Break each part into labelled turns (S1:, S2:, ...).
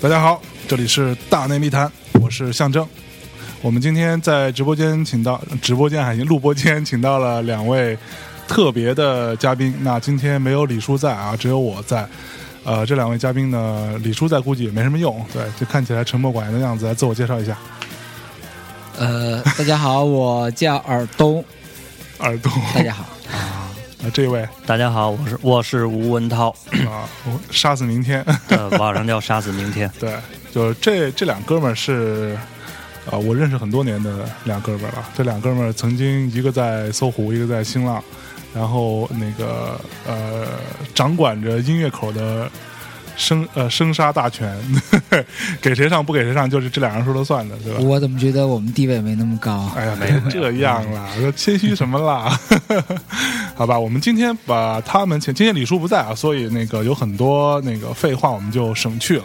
S1: 大家好，这里是大内密谈，我是象征。我们今天在直播间请到，直播间还行，录播间请到了两位特别的嘉宾。那今天没有李叔在啊，只有我在。呃，这两位嘉宾呢，李叔在估计也没什么用，对，就看起来沉默寡言的样子，来自我介绍一下。
S2: 呃，大家好，我叫尔
S1: 哦
S2: 东。
S1: 耳朵，
S2: 大家好，
S1: 啊，这位
S3: 大家好，我是我是吴 文涛，
S1: 啊，我杀死明天。
S3: 呃，网上叫杀死明天。
S1: 对，就是这这两哥们儿是，呃，我认识很多年的两哥们儿了。这两哥们儿曾经一个在搜狐，一个在新浪，然后那个呃，掌管着音乐口的生呃生杀大权， 给谁上不给谁上，就是这两人说了算的，对吧？
S2: 我怎么觉得我们地位没那么高？
S1: 哎呀，
S3: 没有
S1: 别这样啦，谦虚什么啦？ 好吧，我们今天把他们请，今天李叔不在啊，所以那个有很多那个废话我们就省去了，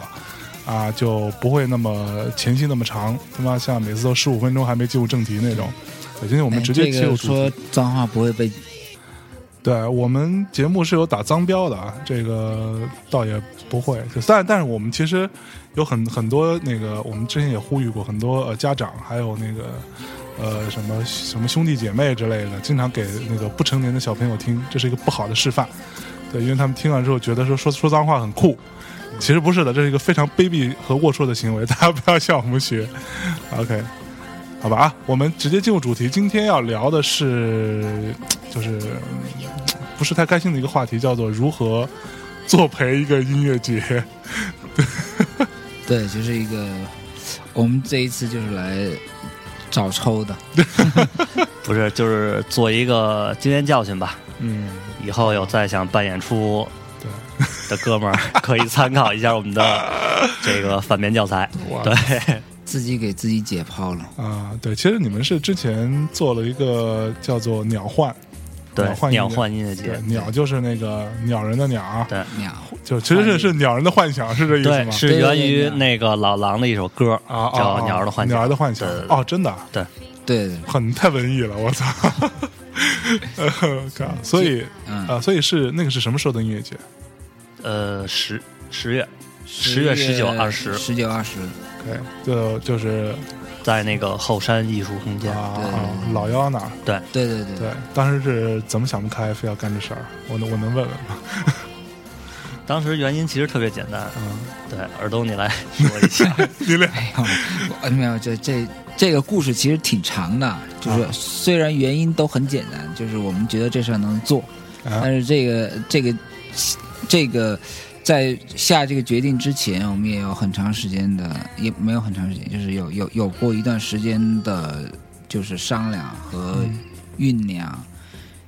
S1: 啊，就不会那么前戏那么长，他妈像每次都十五分钟还没进入正题那种。对，今天我
S2: 我
S3: 哎
S1: 们直接切
S2: 这
S1: 入
S2: 哎个
S1: 主题。
S2: 说脏话不会被
S1: 对我们节目是有打脏标的啊，这个倒也不会。就但但是我们其实有很很多呃那个，我们之前也呼吁过很多呃家长，还有那个呃什么什么兄弟姐妹之类的，经常给那个不成年的小朋友听，这是一个不好的示范。对，因为他们听完之后觉得说说说脏话很酷，其实不是的，这是一个非常卑鄙和龌龊的行为，大家不要向我们学。OK，好吧啊，我们直接进入主题，今天要聊的是就是不是太开心的一个话题，叫做如何作陪一个音乐节。
S2: 对，就是一个我们这一次就是来找抽的，
S3: 不是，就是做一个经验教训吧。
S1: 嗯，
S3: 以后有再想办演出
S1: 对
S3: 的哥 们儿，可以参考一下我们的这个反面教材。
S1: 我
S3: 对，
S2: 自己给自己解剖了。
S1: 啊、对，其实你们是之前做了一个叫做“鸟换
S3: 对
S1: 鸟，换音乐
S3: 鸟换音乐”，
S1: 对
S3: 节，，
S1: 鸟就是那个鸟人的鸟啊，
S3: 对
S2: 鸟，
S1: 就其实是是鸟人的幻想，是这意思
S3: 对，
S1: 吗？
S3: 是
S2: 对
S3: 源于
S2: 对对
S3: 那个老狼的一首歌，
S1: 啊啊，
S3: 叫
S1: 啊
S3: 《鸟儿的幻
S1: 鸟
S3: 想
S1: 儿》。的幻想
S3: 对对对
S1: 哦，真的啊
S2: 对，
S1: 很太文艺了，我操！ 呃靠所以啊、
S2: 嗯，
S1: 所以是那个是什么时候的音乐节？
S3: 呃，十十月十月十九二十
S2: 十九二十，
S1: 对，就就是
S3: 在那个后山艺术空
S1: 啊
S3: 间，
S1: 啊老妖那儿，
S2: 对对对
S1: 对，当时是怎么想不开，非要干这事儿？我能我能问问吗？
S3: 当时原因其实特别简单。
S1: 嗯，
S3: 对，耳东你来说一 下。
S1: 你俩
S2: 没有，哎我没有，这这这个故事其实挺长的，就是
S1: 啊
S2: 虽然原因都很简单，就是我们觉得这事儿能做，
S1: 啊
S2: 但是这个这个这个在下这个决定之前，我们也有很长时间的，也没有很长时间，就是有有有过一段时间的，就是商量和
S1: 嗯
S2: 酝酿，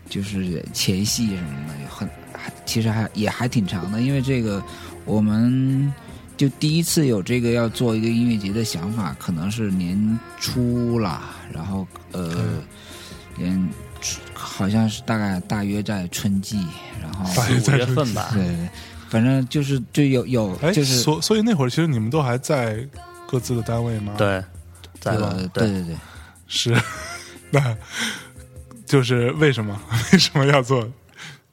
S2: 就是前戏什么的，很还其实还也还挺长的，因为这个我们。就第一次有这个要做一个音乐节的想法，可能是年初啦，然后呃，年初好像是大概大约在春季，然后
S1: 大约
S3: 四
S1: 在
S3: 五月份吧，
S2: 对对对，反正就是就有有
S1: 哎，
S2: 就是
S1: 所所以那会儿其实你们都还在各自的单位吗？，
S3: 对，在
S2: 有
S3: 了
S2: 对
S3: 对，
S2: 对对，
S1: 是，那就是为什么 为什么要做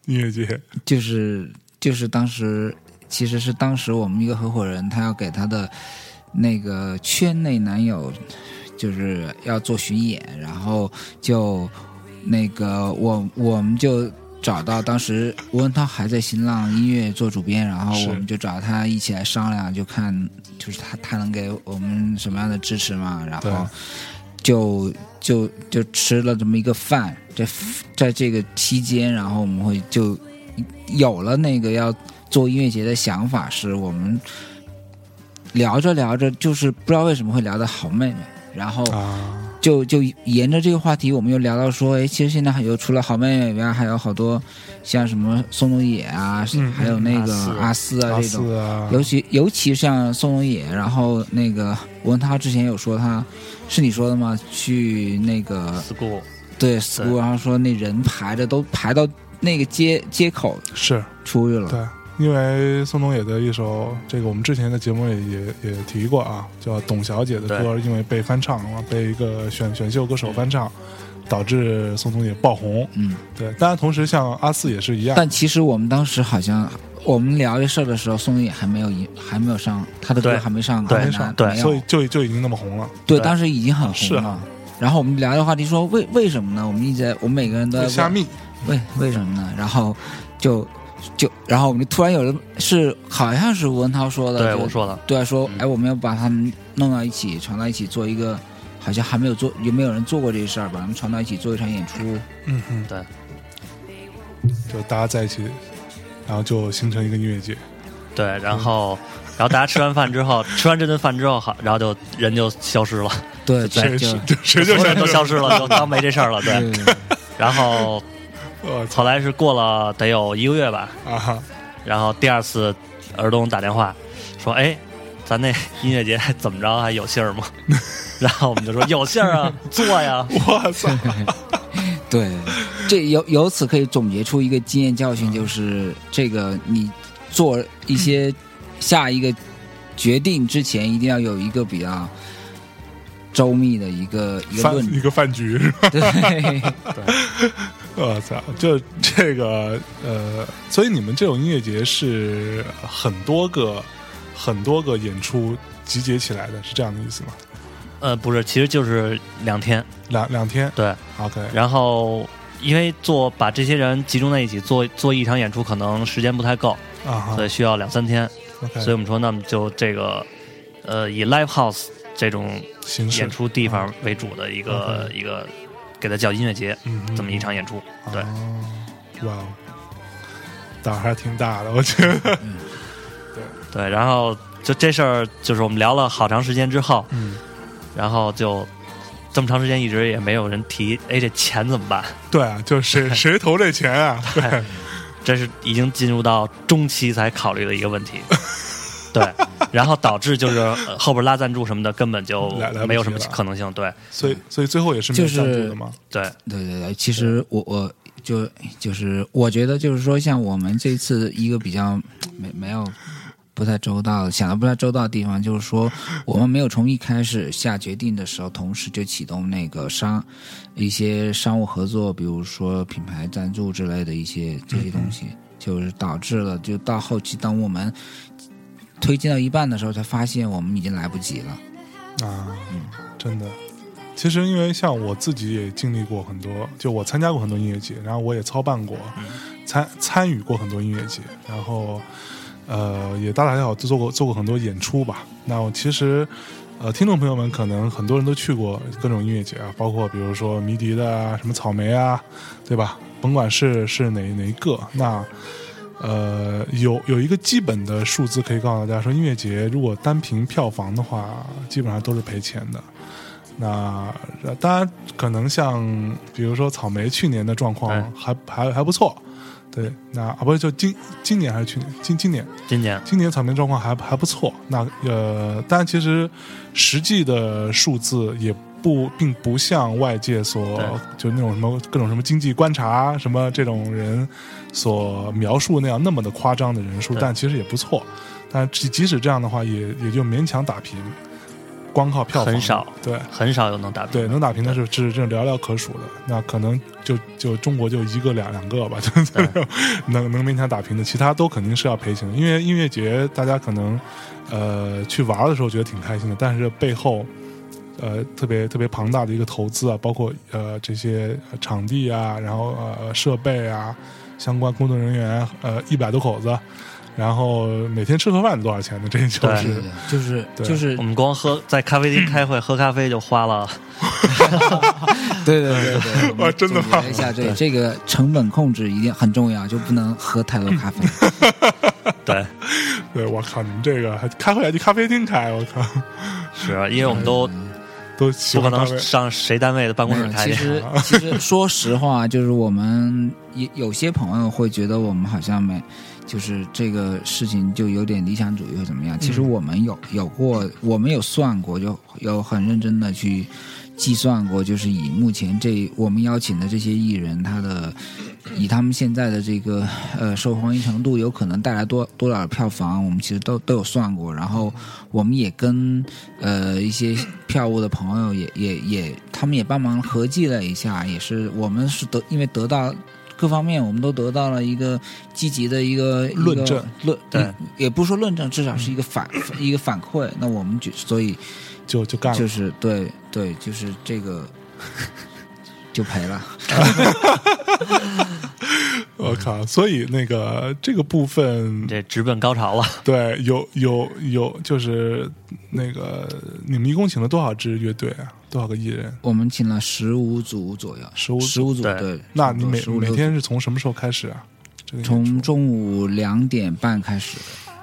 S1: 音乐节？
S2: 就是就是当时其实是当时我们一个合伙人，他要给他的那个圈内男友，就是要做巡演，然后就那个我我们就。找到当时吴文涛还在新浪音乐做主编，然后
S1: 是
S2: 我们就找他一起来商量，就看就是他他能给我们什么样的支持嘛，然
S1: 对
S2: 后就就就吃了这么一个饭，这在这个期间，然后我们会就有了那个要做音乐节的想法，是我们聊着聊着，就是不知道为什么会聊到好妹妹，然后
S1: 啊，
S2: 就就沿着这个话题，我们又聊到说，哎，其实现在还有除了好妹妹以外，还有好多像什么宋冬野啊，
S1: 嗯
S2: 还有那个
S3: 嗯
S2: 阿斯啊
S1: 阿
S2: 这种，
S1: 四啊，
S2: 尤其尤其像宋冬野，然后那个文涛之前有说他，是你说的吗？去那个
S3: school
S2: 对 school，然后说那人排的都排到那个街街口
S1: 是
S2: 出去了。
S1: 对。因为宋冬野的一首，这个我们之前的节目也也也提过啊，叫《董小姐》的歌，因为被翻唱了，被一个选选秀歌手翻唱，导致宋冬野爆红。
S2: 嗯，
S1: 对，当然同时像阿四也是一样，
S2: 但其实我们当时好像我们聊这事儿的时候，宋轶还没有一还没有上，她的歌
S3: 对
S2: 还没上，
S3: 对
S2: 还
S1: 没
S2: 没
S1: 上，
S2: 拿没有
S1: 所以就就已经那么红了。
S2: 对，
S3: 对
S2: 当时已经很
S1: 是
S2: 红
S1: 啊
S2: 了。然后我们聊这个话题说为为什么呢？我们一直在，我们每个人都在
S1: 就虾
S2: 问
S1: 米，
S2: 为为什么呢？然后就就然后我们就突然有人是好像是吴文涛说的，
S3: 对
S2: 就
S3: 我说的，
S2: 对啊，说
S3: 嗯
S2: 哎，我们要把他们弄到一起，传到一起做一个，好像还没有做，有没有人做过这事儿？把他们传到一起做一场演出，
S1: 嗯嗯，
S3: 对，
S1: 就大家在一起，然后就形成一个音乐 界。
S3: 对，然后然后大家吃完饭之后，吃完这顿饭之后，好，然后就人就消失了，
S2: 对，就
S1: 谁
S2: 就
S1: 谁谁
S3: 所
S1: 就
S3: 有
S1: 想
S3: 人都消失了，就当没这事儿了。 对，
S2: 对对对
S3: 然后
S1: 我操
S3: 后来是过了得有一个月吧，
S1: 啊哈！
S3: 然后第二次尔东打电话说：“哎，咱那音乐节怎么着还有信儿吗？” 然后我们就说：“有信儿啊，做呀。
S1: 我操！
S2: 对，这由由此可以总结出一个经验
S3: 嗯
S2: 教训，就是这个你做一些下一个决定之前，一定要有一个比较周密的一个一个
S1: 饭
S2: 论
S1: 一个饭局，
S2: 对
S1: 我操！就这个呃，所以你们这种音乐节是很多个很多个演出集结起来的，是这样的意思吗？”
S3: 呃，不是，其实就是两天。
S1: 两两天
S3: 对，
S1: ，OK，
S3: 然后因为做把这些人集中在一起做做一场演出，可能时间不太够，
S1: 啊哈
S3: 所以需要两三天。
S1: ，OK，
S3: 所以我们说，那么就这个呃，以 live house 这种
S1: 形式
S3: 演，出地方为主的一个
S1: OK
S3: 一个，给它叫音乐节，
S1: 嗯，
S3: 这么一场演出。对
S1: 哦哇哦，胆儿还挺大的，我觉得，
S3: 对，然后就这事儿，就是我们聊了好长时间之后，
S1: 嗯，
S3: 然后就这么长时间一直也没有人提，哎，这钱怎么办？
S1: 对啊，就是 谁谁投这钱啊？对，
S3: 这是已经进入到中期才考虑的一个问 题。对，然后导致就是呃后边拉赞助什么的根本就
S1: 来来不及
S3: 没有什么
S1: 了
S3: 可能性。对
S1: 所以所以最后也是没有
S2: 就是
S1: 赞助的嘛，
S3: 对，
S2: 对对对，其实我我就就是我觉得就是说，像我们这次一个比较没没有不太周到的，想的不太周到的地方，就是说我们没有从一开始下决定的时候，同时就启动那个商一些商务合作，比如说品牌赞助之类的一些这些东西，就是导致了就到后期，当我们推进到一半的时候，才发现我们已经来不及了。
S1: 啊，
S2: 嗯
S1: 真的。其实，因为像我自己也经历过很多，就我参加过很多音乐节，然后我也操办过，
S2: 嗯
S1: 参参与过很多音乐节，然后呃，也大大小小都做过做过很多演出吧。那我其实呃，听众朋友们可能很多人都去过各种音乐节啊，包括比如说迷笛的啊，什么草莓啊，对吧？甭管是是哪哪一个，那呃，有有一个基本的数字可以告诉大家说，音乐节如果单凭票房的话，基本上都是赔钱的。那呃当然，可能像比如说草莓去年的状况
S3: 哎
S1: 还、还还不错，对，那啊不是就今今年还是去年？今今年
S3: 今年
S1: 今年草莓状况还还不错。那呃，但其实实际的数字也不并不像外界所
S3: 对
S1: 就那种什么各种什么经济观察什么这种人所描述那样那么的夸张的人数，
S3: 对
S1: 但其实也不错。但即即使这样的话，也也就勉强打平，光靠票房
S3: 很少，
S1: 对。
S3: 很少有能打
S1: 对，
S3: 平的。
S1: 能打平的是是这寥寥可数的，那可能就就中国就一个两两个吧， 就
S3: 对
S1: 能 能勉强打平的，其他都肯定是要赔钱的。因为音乐节大家可能呃去玩的时候觉得挺开心的，但是背后呃特别特别庞大的一个投资啊，包括呃这些呃场地啊，然后呃设备啊，相关工作人员呃一百多口子，然后每天吃喝饭多少钱呢？这就
S3: 对
S1: 是
S2: 对对，就是
S1: 对
S2: 就是
S3: 我们光喝在咖啡厅开会喝咖啡就花了，
S2: 对对 对对，我们
S1: 真的
S2: 总
S1: 吗
S2: 结一下，对这个成本控制一定很重要，就不能喝太多咖 啡。
S3: 对，
S1: 对我靠，你们这个还开会还去咖啡厅开，我靠，
S3: 是因为我们都
S1: 都喜
S3: 不可
S1: 欢咖啡
S3: 能上谁单位的办公室
S2: 没有嗯
S3: 开
S2: 其
S3: 去。
S2: 实其实说实话，就是我们也有些朋友会觉得我们好像没，就是这个事情就有点理想主义或怎么样。其实我们有有过，我们有算过，就有很认真的去计算过，就是以目前这我们邀请的这些艺人，他的以他们现在的这个呃受欢迎程度，有可能带来多多少的票房，我们其实都都有算过。然后我们也跟呃一些票务的朋友也也也，他们也帮忙合计了一下，也是我们是得因为得到各方面我们都得到了一个积极的一个一个
S1: 论证
S2: 论，
S3: 对
S2: 也不说论证，至少是一个反、一个反馈。那我们就所以
S1: 就就干了。
S2: 就是对对，就是这个 就赔了。
S1: 我靠！所以那个这个部
S2: 嗯
S1: 分，
S3: 这直奔高潮了。
S1: 对，有有有，就是那个你们一共请了多少支乐队啊？多少个艺人？
S2: 我们请了十五组左右，
S1: 15组
S2: 十五组
S3: 对
S2: 对。
S1: 那你每
S2: 差不多15
S1: 每
S2: 六
S1: 天是从什么时候开始啊？这个演
S2: 从
S1: 出
S2: 中午两点半开始，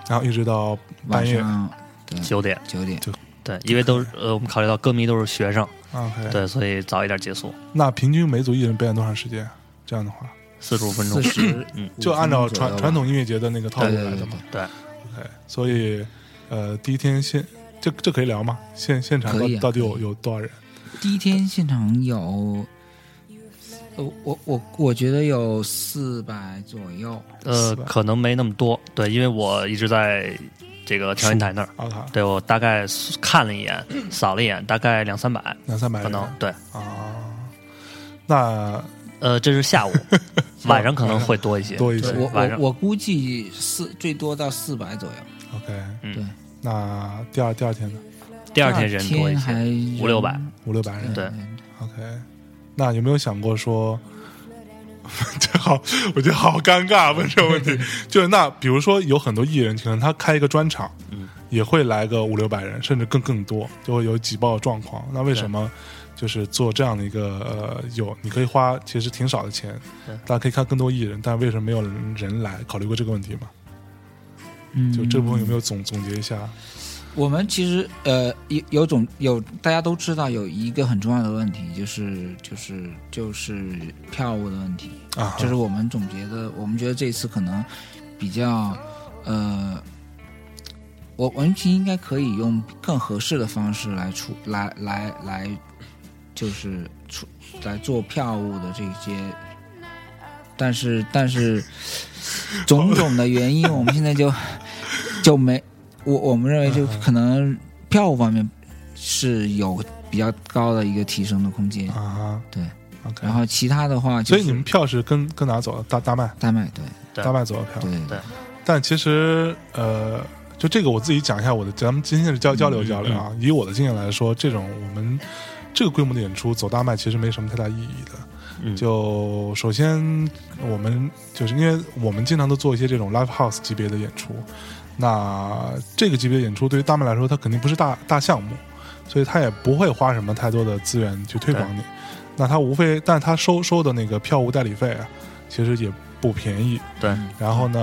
S1: 然后一直到半
S2: 晚
S1: 夜。
S2: 上对
S3: 九点，
S2: 九点。
S3: 对，因为都是呃，我们考虑到歌迷都是学生，
S1: 啊 OK，
S3: 对，所以早一点结束，
S1: 那平均每组艺人表演多长时间？这样的话，
S3: 四十五分钟
S2: 四。十，
S3: 嗯
S1: 就按照
S2: 五分
S1: 传
S2: 钟左右吧
S1: 传统音乐节的那个套
S2: 对
S1: 路
S2: 对
S1: 来的
S2: 对
S1: 嘛。
S3: 对，
S1: OK，所以呃，第一天现这这可以聊吗？现现场到
S2: 可以啊
S1: 到底有
S2: 可以
S1: 有多少人？
S2: 第一天现场有，呃，我我我觉得有四百左右，
S3: 呃
S1: 四，百
S3: 可能没那么多，对，因为我一直在这个调音台那儿，
S1: 奥塔
S3: 对我大概看了一眼，扫了一眼，大概两三百，
S1: 两三百
S3: 可
S1: 人
S3: 能对。
S1: 啊。那
S3: 呃，这是下午，晚上可能会多一些，
S1: 多一
S3: 对
S1: 些
S2: 我
S3: 晚
S2: 我
S3: 上
S2: 我估计四最多到四百左右。
S1: OK，
S2: 对，
S1: 那第二第二天呢？
S3: 第二天人多一
S2: 还
S3: 些，五六百
S2: 人嗯
S1: 五六百人。
S3: 对
S1: OK，那有没有想过说， 这好，我觉得好尴尬，问这个 问题，就是那比如说有很多艺人，可能他开一个专场，
S3: 嗯，
S1: 也会来个五六百人，甚至更更多，就会有挤爆状况。那为什么就是做这样的一个呃，有你可以花其实挺少的钱
S3: 对，
S1: 大家可以看更多艺人，但为什么没有人人来？考虑过这个问题吗？
S2: 嗯
S1: 就这部分有没有总总结一下？
S2: 我们其实呃有有种有大家都知道有一个很重要的问题，就是就是就是票务的问题，
S1: 啊，
S2: 这是我们总结的。我们觉得这一次可能比较呃，我我们其实应该可以用更合适的方式来出来来来，就是出来做票务的这些。但是，但是，种种的原因，我们现在就就没我我们认为就
S1: 嗯嗯
S2: 可能票务方面是有比较高的一个提升的空间
S1: 啊，哈，
S2: 对
S1: ，OK，
S2: 然后其他的话、就
S1: 所
S2: 是，
S1: 以你们票是跟跟哪走的？大大麦，
S2: 大麦对
S3: 对
S1: 大麦走的票。
S2: 对
S3: 对
S1: 但其实呃，就这个我自己讲一下我的，咱们今天是交交流交流啊。以我的经验来说，这种我们这个规模的演出走大麦其实没什么太大意义的。
S3: 嗯，
S1: 就首先我们就是因为我们经常都做一些这种 live house 级别的演出，那这个级别的演出对于大麦来说，它肯定不是大大项目，所以它也不会花什么太多的资源去推广你。那它无非，但它收收的那个票务代理费啊，其实也不便宜。
S3: 对
S1: 然后呢，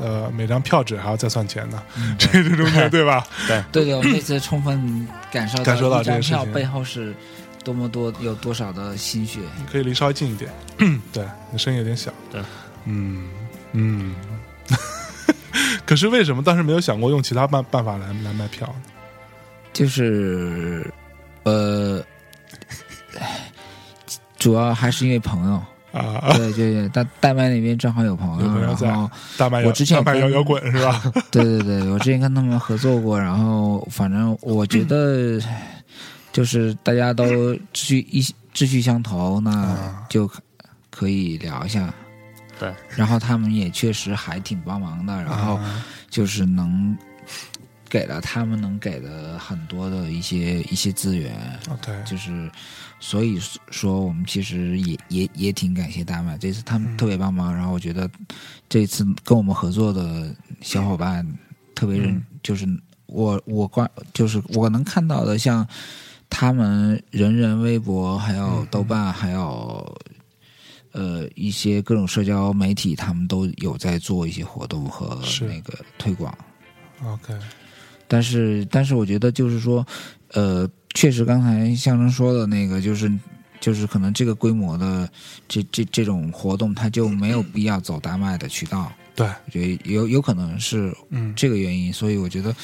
S1: 呃，每张票纸还要再算钱呢，
S2: 嗯
S1: 这这中间对吧？
S2: 对对，我们这次充分感受
S1: 感受到
S2: 一
S1: 这
S2: 张
S1: 个事
S2: 票
S1: 情
S2: 背后是多么多有多少的心血。
S1: 你可以离稍微近一 点，对，你声音有点小，
S3: 对，
S1: 嗯嗯。 可是为什么当时没有想过用其他办办法来来卖票呢？
S2: 就是，呃，主要还是因为朋 友，
S1: 啊，
S2: 对对对，大大麦那边正好有朋
S1: 有朋
S2: 友，
S1: 友
S2: 然
S1: 在
S2: 后
S1: 大麦摇
S2: 我之前
S1: 大麦
S2: 有跟
S1: 摇摇滚是吧？
S2: 对对对，我之前跟他们合作过，然后反正我觉
S1: 嗯
S2: 得就是大家都志趣一志趣相投，那
S1: 啊
S2: 就可可以聊一下。
S3: 对，
S2: 然后他们也确实还挺帮忙的，然后
S1: 啊
S2: 就是能给了他们能给的很多的一些一些资源，
S1: ，OK，
S2: 就是所以说我们其实也也也挺感谢大麦，这次他们
S1: 嗯
S2: 特别帮忙，然后我觉得这次跟我们合作的小伙伴特别认，
S1: 嗯
S2: 就是我我关就是我能看到的像。他们人人微博，还有
S1: 嗯
S2: 豆瓣，还有呃一些各种社交媒体，他们都有在做一些活动和
S1: 是
S2: 那个推广。
S1: ，OK，
S2: 但是，但是我觉得就是说，呃，确实刚才象征说的那个，就是就是可能这个规模的这这这种活动，它就没有必要走大麦的渠道。
S1: 对，
S2: 我觉得有有可能是
S1: 嗯，
S2: 这个原因，所以我觉得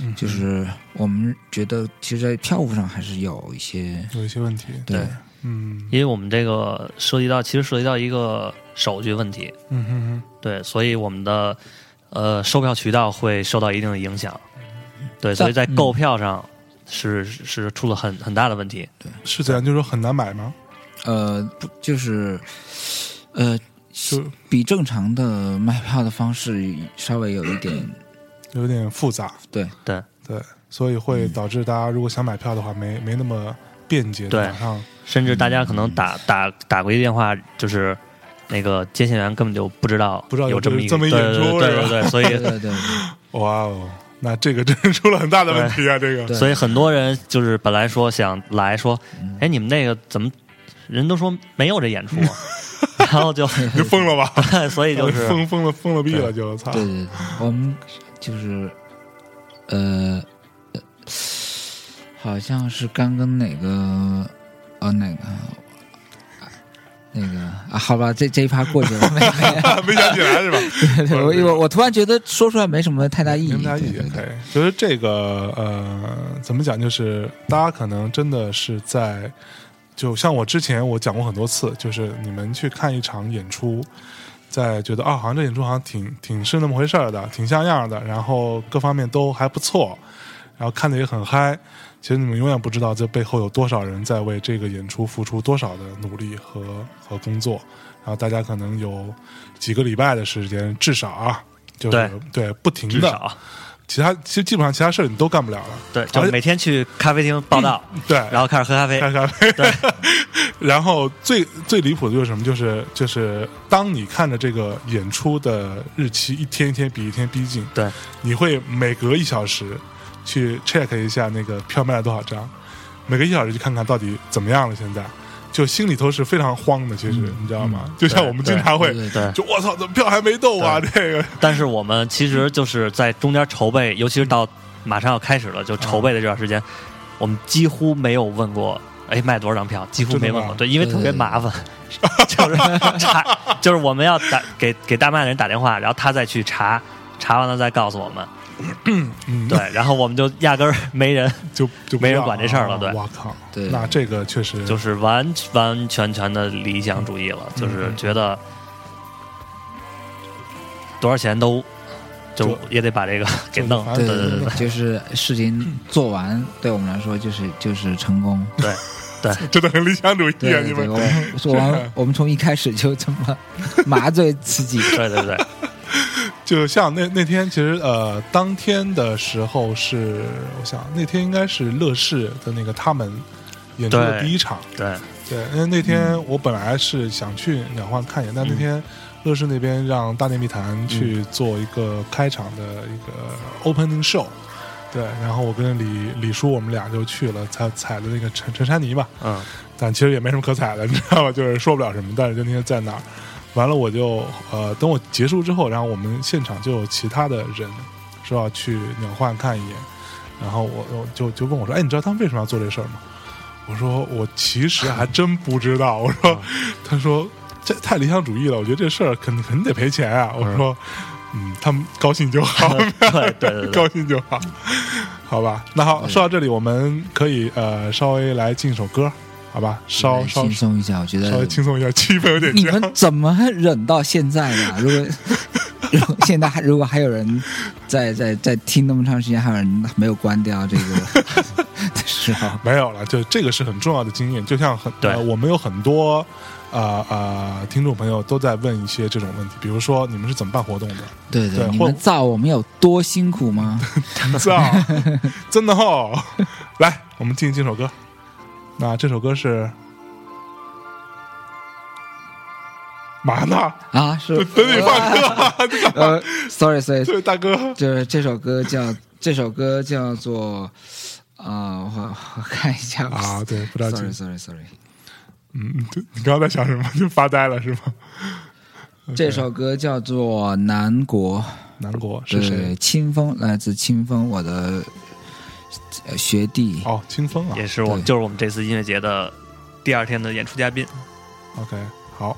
S1: 嗯
S2: 就是我们觉得，其实，在票务上还是有一些
S1: 有一些问题，
S2: 对
S1: 嗯
S3: 因为我们这个涉及到，其实涉及到一个手续问题，
S1: 嗯嗯
S3: 对，所以我们的呃售票渠道会受到一定的影响，对，
S2: 但
S3: 所以在
S2: 嗯
S3: 购票上是是是出了很很大的问题，
S1: 嗯，是怎样？就是说很难买吗？
S2: 呃，不就是呃，
S1: 就
S2: 比正常的卖票的方式稍微有一点，
S1: 有点复杂，
S2: 对
S3: 对
S1: 对，所以会导致大家如果想买票的话，没没那么便捷，
S3: 对
S1: 马上
S3: 甚至大家
S1: 嗯
S3: 可能打打打过一电话，就是那个接线员根本就不知道
S1: 不知道有
S3: 有这么一个
S1: 这么一
S3: 对
S1: 演出
S3: 对
S1: 是吧
S3: 对对对，所
S2: 对
S3: 以
S2: 对对，
S1: 哇哦，那这个真是出了很大的问题啊！这个
S2: 对
S3: 所以很多人就是本来说想来说
S2: 嗯，
S3: 哎，你们那个怎么人都说没有这演出 啊，然后就
S1: 你就疯了吧？
S3: 所以就是
S1: 疯疯了疯了逼了就操！
S2: 对对对，我们就是，呃，呃好像是刚跟哪个，呃，哪个，那个啊，好吧，这这一趴过去了，没
S1: 没想起来 是吧？
S2: 有，我我我突然觉得说出来没什么太大意义，
S1: 没啥
S2: 对
S1: 意义
S2: 对对
S1: 可以。就是这个呃，怎么讲？就是大家可能真的是在，就像我之前我讲过很多次，就是你们去看一场演出，在觉得啊，好像这演出好像挺挺是那么回事儿的，挺像样儿的，然后各方面都还不错，然后看的也很嗨。其实你们永远不知道这背后有多少人在为这个演出付出多少的努力和和工作，然后大家可能有几个礼拜的时间，至少啊，就是
S3: 对
S1: 对不停
S3: 至
S1: 的
S3: 少
S1: 其他其实基本上其他事儿你都干不了了。
S3: 对，就每天去咖啡厅报道，
S1: 对，
S3: 然后开始喝咖啡，
S1: 看咖啡。
S3: 对，
S1: 然后最最离谱的就是什么？就是就是当你看着这个演出的日期一天一天比一天逼近，
S3: 对，
S1: 你会每隔一小时去 check 一下那个票卖了多少张，每隔一小时去看看到底怎么样了。现在就心里头是非常慌的，其实、
S2: 嗯
S1: 你知道吗？就像我们经常会
S2: 对对对
S3: 对，
S1: 就我操，怎么票还没动啊？这个
S3: 但是我们其实就是在中间筹备，尤其是到马上要开始
S1: 嗯
S3: 了，就筹备的这段时间，我们几乎没有问过，哎，卖多少张票，几乎没
S1: 真
S3: 问
S1: 的
S3: 过，
S1: 吗
S3: 对，因为特别麻烦，就是 查，就是我们要打给给大卖的人打电话，然后他再去查。查完了再告诉我们，
S1: 嗯，
S3: 对，然后我们就压根儿没人，
S1: 就就不
S3: 没人
S1: 要
S3: 管这事儿了
S1: 啊
S3: 对
S1: 我靠，
S2: 对
S1: 那这个确实
S3: 就是完完全全的理想主义了，
S1: 嗯
S3: 就是觉得多少钱都就
S1: 就
S3: 也得把这个给弄，
S1: 反
S3: 对
S1: 正
S3: 对对
S2: 对
S3: 对
S2: 对，就是事情做完，对我们来说就是就是成功。
S3: 对对，
S1: 真的很理想主义啊！
S2: 对
S1: 你
S2: 对对，
S1: 们
S2: 我们我们我们从一开始就这么麻醉自己。
S3: 对对对，
S1: 就像那那天，其实呃，当天的时候是，我想那天应该是乐视的那个他们演出的
S3: 对
S1: 第一场，
S3: 对，
S1: 对，因为那天我本来是想去两幻看一
S2: 嗯
S1: 眼，但那天乐视那边让大内密谈去做一个开场的一个 opening show，对，然后我跟李李叔我们俩就去了，踩踩的那个陈陈珊妮吧，
S3: 嗯，
S1: 但其实也没什么可踩的，你知道吧？ 就是说不了什么，但是就那天在那儿，完了我就呃，等我结束之后，然后我们现场就有其他的人说要去鸟换看一眼，然后我我就就问我说，哎，你知道他们为什么要做这事儿吗？我说我其实还真不知道，我说，他说这太理想主义了，我觉得这事儿肯肯定得赔钱啊，我说，嗯，他们高兴就好，
S3: 对对对对
S1: 高兴就好， 好吧。那好，
S2: 嗯
S1: 说到这里，我们可以呃稍微来进一首歌，好吧？稍
S2: 来
S1: 稍
S2: 轻松一下，我觉
S1: 稍微
S2: 得
S1: 轻松一下，气氛有 点
S2: 你
S1: 僵
S2: 们。怎么忍到现在的 啊？如果 如果现在还如果还有人在在在听那么长时间，还有人没有关掉这个 的时候，
S1: 没有了，就这个是很重要的经验。就像很
S3: 对
S1: 呃我们有很多啊啊、呃呃听众朋友都在问一些这种问题，比如说你们是怎么办活动 的？
S2: 对
S1: 对
S2: 对，你
S1: 或
S2: 们造我们有多辛苦吗？
S1: 操，真的哦！ 来，我们进这首歌。那这首歌是嘛呢？
S2: 啊，是
S1: 等你放歌吗？ 这个
S2: 呃，sorry sorry，
S1: 这位大哥，
S2: 就是这首歌叫这首歌叫做啊、我我看一下
S1: 啊，对，不着急
S2: sorry。sorry sorry，
S1: 嗯，对你刚刚在想什么？ 就发呆了是吗？
S2: 这首歌叫做《南国》。
S1: 南国是谁
S2: 对，？清风来自清风，我的呃学弟。
S1: 哦，清风啊
S3: 也。是我
S2: 对
S3: 就是我们这次音乐节的第二天的演出嘉宾，
S1: OK，好。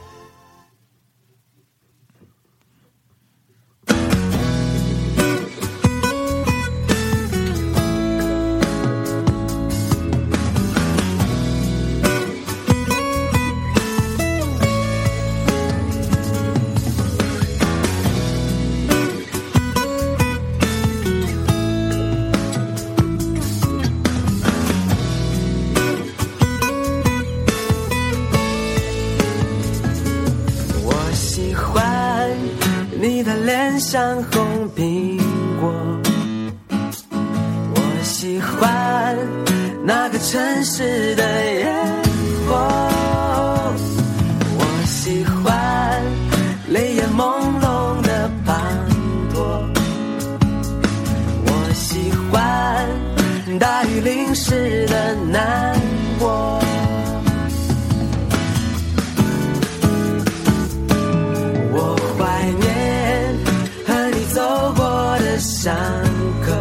S4: 南山红苹果。我喜欢那个城市的烟火，我喜欢泪眼朦胧的滂沱，我喜欢大雨淋湿的难过。我怀念和你走过的伤口，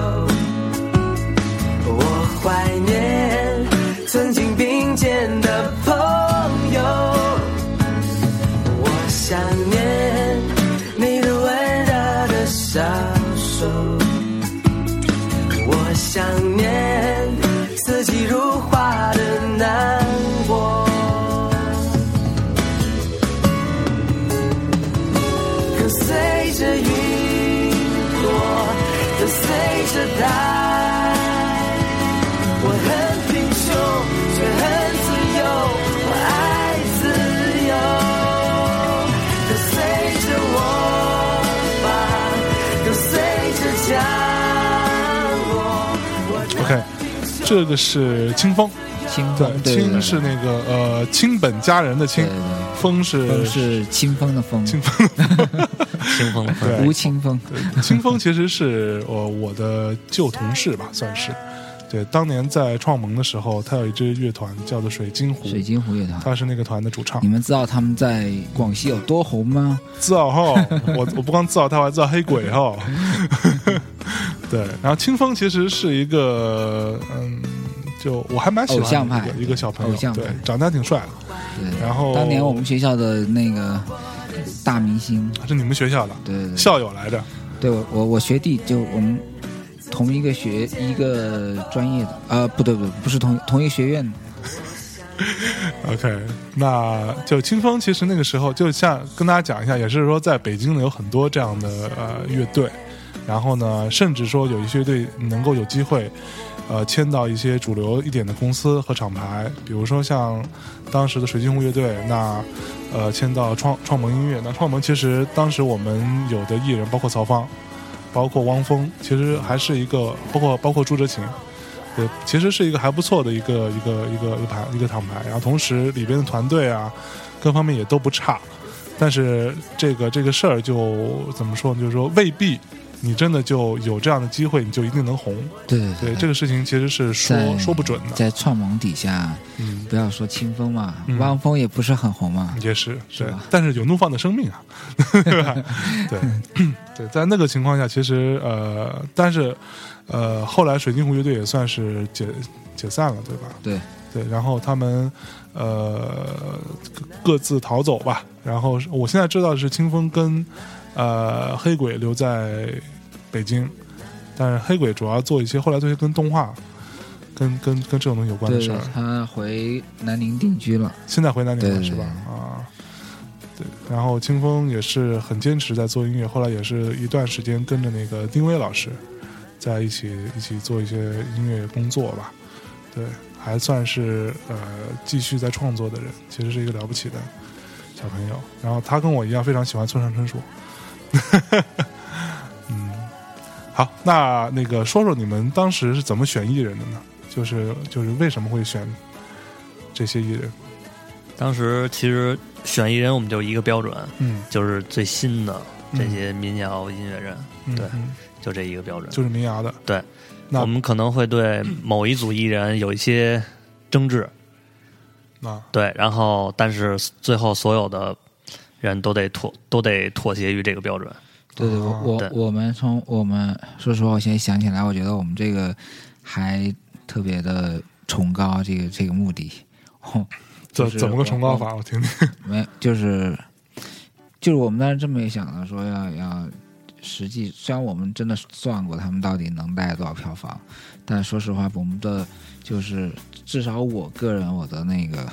S4: 我怀念曾经并肩的朋友，我想念你的温热的小手，我想念四季如花的难过。跟随着云朵，跟随着它。我很贫穷，却很自由，我爱自由。跟随着我吧，跟随着降落。我
S1: OK，这个是清风，
S2: 清风
S1: 对，
S2: 对对
S1: 清
S2: 对
S1: 是那个呃亲本佳人的
S2: 对
S1: 亲
S2: 对，对
S1: 风是
S2: 风是清风的风，
S1: 清风，
S3: 清风的
S1: 对
S2: 吴清风，
S1: 对清风其实是我我的旧同事吧，算是。对，当年在创盟的时候，他有一支乐团叫做水晶湖，
S2: 水晶湖乐团。
S1: 他是那个团的主唱
S2: 你。们知道他们在广西有多红吗？
S1: 知道哈，我我不光知道他，我还知道黑鬼哈。 对，然后清风其实是一个，嗯，就我还蛮喜欢
S2: 偶像派
S1: 的一个一个小朋友
S2: 偶，像派
S1: 对，长得还挺帅的，
S2: 对，
S1: 然后
S2: 当年我们学校的那个大明星，
S1: 是你们学校的
S2: 对对对，
S1: 校友来着。
S2: 对我我我学弟就我们同一个学一个专业的，呃，不对不对，不是同同一学院的，
S1: OK，那就清风，其实那个时候就像跟大家讲一下，也是说在北京呢有很多这样的呃乐队，然后呢，甚至说有一些乐队能够有机会，呃，签到一些主流一点的公司和厂牌，比如说像当时的水晶湖乐队，那呃签到创创盟音乐，那创盟其实当时我们有的艺人包括曹芳，包括汪峰，其实还是一个包括包括朱哲琴，对，其实是一个还不错的一个一个一个一个牌一个厂牌，然后同时里边的团队啊，各方面也都不差，但是这个这个事儿就怎么说呢？就是说未必你真的就有这样的机会，你就一定能红。
S2: 对对
S1: 对，这个事情其实是说
S2: 在
S1: 说不准的。
S2: 在创盟底下，
S1: 嗯，
S2: 不要说清风嘛
S1: 嗯，
S2: 汪峰也不是很红嘛，
S1: 也是是
S2: 吧，
S1: 但是有怒放的生命 啊，对吧？对对，在那个情况下，其实呃，但是呃，后来水晶湖乐队也算是解解散了，对吧？
S2: 对，
S1: 对，然后他们呃各各自逃走吧。然后是我现在知道的是清风跟呃黑鬼留在北京，但是黑鬼主要做一些后来做一些跟动画、跟跟跟这种东西有关的
S2: 对
S1: 事儿。
S2: 他回南宁定居了，
S1: 现在回南宁了
S2: 对
S1: 是吧？啊，对。然后清风也是很坚持在做音乐，后来也是一段时间跟着那个丁薇老师在一起一起做一些音乐工作吧。对，还算是呃继续在创作的人，其实是一个了不起的小朋友。然后他跟我一样非常喜欢村上春树。 嗯，好，那那个说说你们当时是怎么选艺人的呢？就是就是为什么会选这些艺人？
S3: 当时其实选艺人，我们就一个标准，
S1: 嗯，
S3: 就是最新的
S1: 嗯
S3: 这些民谣音乐人，
S1: 嗯
S3: 对
S1: 嗯
S3: 就这一个标准。
S1: 就是民谣的。
S3: 对，
S1: 那
S3: 我们可能会对某一组艺人有一些争执，
S1: 啊，
S3: 对，然后但是最后所有的人都得妥都得妥协于这个标准。
S2: 对对，
S1: 哦
S2: 我
S3: 对
S2: 我我们从我们说实话，我现在想起来，我觉得我们这个还特别的崇高这个这个目的，哦、
S1: 怎
S2: 就是
S1: 怎么个崇高
S2: 我
S1: 法？我嗯听听。
S2: 没就是就是我们当时真没想到说要要实际，虽然我们真的算过他们到底能带多少票房，但说实话，我们的就是至少我个人我的那个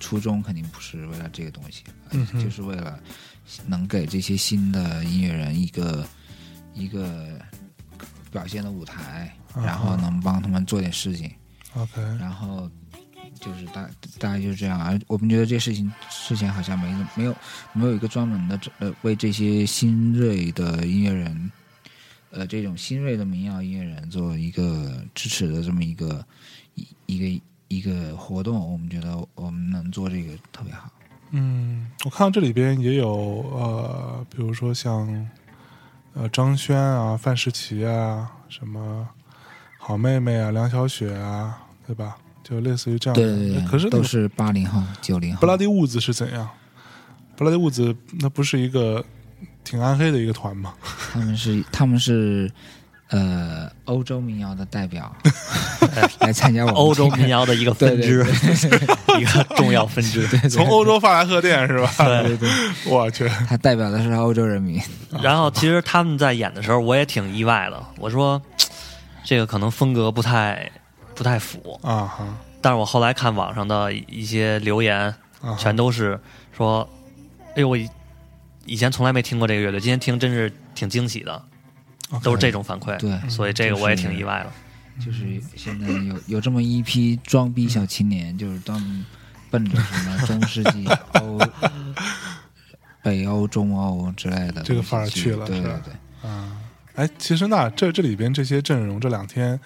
S2: 初衷肯定不是为了这个东西，
S1: 嗯哼
S2: 就是为了能给这些新的音乐人一个一个表现的舞
S1: 啊
S2: 台，然后能帮他们做点事情。
S1: OK，
S2: 然后就是大大概就是这样啊。我们觉得这事情之前好像没没有没有一个专门的呃为这些新锐的音乐人，呃这种新锐的民谣音乐人做一个支持的这么一个一一个一个活动，我们觉得我们能做这个特别好。
S1: 嗯，我看到这里边也有呃，比如说像呃张轩啊、范世琦啊、什么好妹妹啊、梁晓雪啊，对吧？就类似于这样的。哎
S2: 对对对，
S1: 啊可是那
S2: 都
S1: 个
S2: 是八零后、九零后。
S1: 布拉迪伍兹是怎样？布拉迪伍兹那不是一个挺暗黑的一个团吗？
S2: 他们是他们是呃欧洲民谣的代表， 来参加我们
S3: 欧洲
S2: 这个
S3: 民谣的一个分支， 一个重要分支。
S1: 从欧洲发来贺电是吧？
S3: 对，
S1: 我去，
S2: 他代表的是欧洲人民，
S3: 然后其实他们在演的时候，我也挺意外的。我说这个可能风格不太不太符，
S1: 啊哈
S3: 但是我后来看网上的一些留言，
S1: 啊哈，
S3: 全都是说：“哎呦，我以以前从来没听过这个乐队，今天听真是挺惊喜的。”
S1: OK
S3: 都是这种反馈，
S2: 对嗯
S3: 所以这个我也挺意外的。
S2: 就是现在有有这么一批装逼小青年，就是他们奔着什么中世 纪欧、北欧、中欧之类的
S1: 这个范儿去了
S2: 对
S1: 是
S2: 对
S1: 吧
S2: 对，
S1: 哎，其实那这这里边这些阵容，这两天，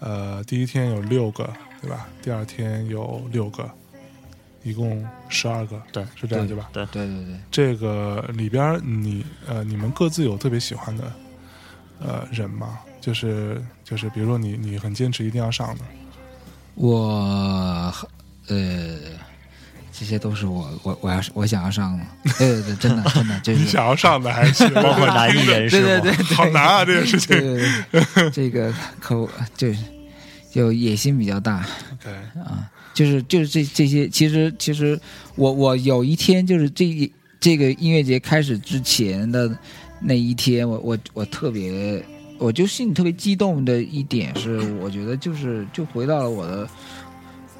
S1: 呃，第一天有六个，对吧？第二天有六个，一共十二个，
S3: 对
S1: 是
S2: 嗯
S1: 这样对吧？
S3: 对
S2: 对对对，
S1: 这个里边儿你呃，你们各自有特别喜欢的呃人吗？就是就是，比如说你你很坚持一定要上的，
S2: 嗯我呃。这些都是我我我要我想要上的，对对对，真的真的，这
S1: 你
S2: 是
S1: 想要上的还 是
S3: 包括男艺
S2: 对
S3: 人
S2: 对
S3: 是吗？
S2: 对对，
S1: 好难啊，这个事情
S2: 对。对对，这个口就是就野心比较大，
S1: OK，
S2: 就是就是这这些，其实其实我我有一天就是这一这个音乐节开始之前的那一天，我我我特别。我就心里特别激动的一点是，我觉得就是就回到了我的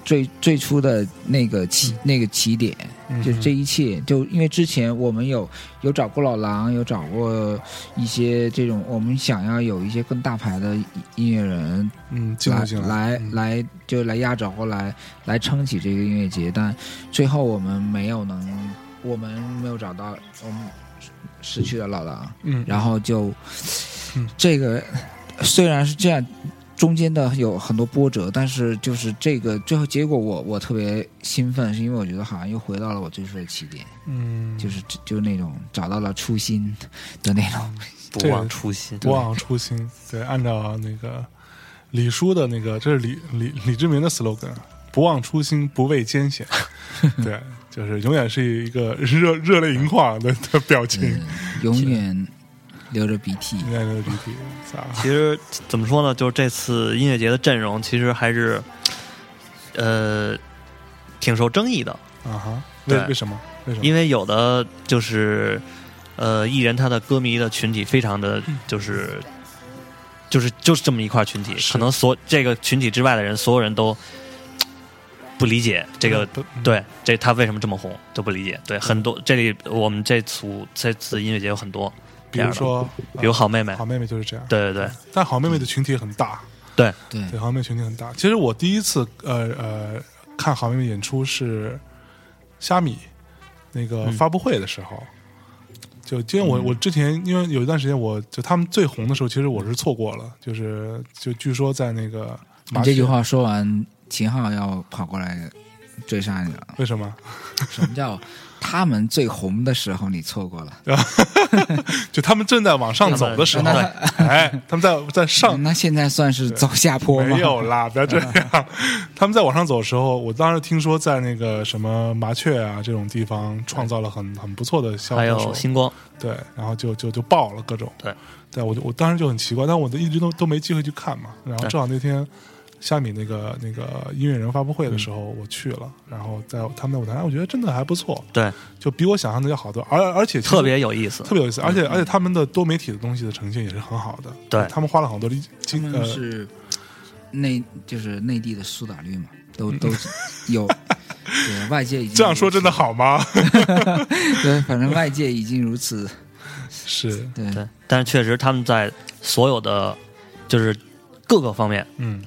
S2: 最最初的那个起那个起点，
S1: 嗯
S2: 就是这一切，就因为之前我们有有找过老狼，有找过一些这种我们想要有一些更大牌的音乐人
S1: 嗯，进
S2: 来
S1: 不进
S2: 来
S1: 嗯
S2: 来就来压轴，或来来撑起这个音乐节，但最后我们没有能，我们没有找到，我们失去了老狼，
S1: 嗯，
S2: 然后就
S1: 嗯
S2: 这个虽然是这样，中间的有很多波折，但是就是这个最后结果我，我特别兴奋，是因为我觉得好像又回到了我最初的起点，
S1: 嗯，
S2: 就是就那种找到了初心的那
S1: 嗯
S2: 种。
S3: 不忘初心，
S1: 不忘初心。对，按照那个李叔的那个，这是李李李志明的 slogan：不忘初心，不畏艰 险。对，就是永远是一个热热泪盈眶的的表情，
S2: 嗯，永远流着鼻涕。
S1: 应该就是 BP 咋？
S3: 其实怎么说呢，就是这次音乐节的阵容其实还是呃挺受争议的，
S1: 啊哈，为
S3: 对
S1: 为什么？为什么？
S3: 因为有的就是呃艺人他的歌迷的群体非常的
S1: 嗯
S3: 就是。就是就是这么一块群体，
S1: 是
S3: 可能所这个群体之外的人，所有人都不理解这个
S1: 不
S3: 对，这他为什么这么红就不理解。对，很
S1: 嗯
S3: 多这里我们这组这次音乐节有很多，
S1: 比如说，
S3: 比如好妹妹
S1: 呃，好妹妹就是这样。
S3: 对对对
S1: 但好妹妹的群体很大，
S3: 对，
S2: 对，
S1: 对，好妹妹群体很大。其实我第一次呃呃看好妹妹演出是虾米那个
S3: 嗯
S1: 发布会的时候，就因为我、我之前因为有一段时间我就他们最红的时候，其实我是错过了，就是就据说在那个
S2: 你
S1: 马
S2: 这句
S1: 雪
S2: 话说完，秦昊要跑过来追杀你了。
S1: 为什么？
S2: 什么叫他们最红的时候你错过 了？
S1: 就他们正在往上走的时候，
S3: 那
S1: 哎，他们在在上
S2: 那现在算是走下坡吗？
S1: 没有啦，不要这样。他们在往上走的时候，我当时听说在那个什么麻雀啊这种地方创造了很很不错的销
S3: 还有
S1: 售，
S3: 星光，
S1: 对，然后就就就爆了各种。
S3: 对，
S1: 对我就我当时就很奇怪，但我都一直都都没机会去看嘛。然后
S3: 对
S1: 正好那天虾米那个那个音乐人发布会的时候，我去了，然后在他们的舞台上，我觉得真的还不错，
S3: 对，
S1: 就比我想象的要好多，而而且其实
S3: 特别有意思
S1: 特。别有意思，而且而且他们的多媒体的东西的呈现也是很好的。
S3: 对
S1: 他们花了好多力
S2: 他
S1: 精
S2: 们
S1: 呃
S2: 是内就是内地的苏打绿嘛，都 都有，对外界已经
S1: 这样说真的
S2: 如
S1: 好吗？
S2: 此，对，反正外界已经如此，
S1: 是，
S2: 对，
S3: 对，但是确实他们在所有的就是各个方面，
S1: 嗯，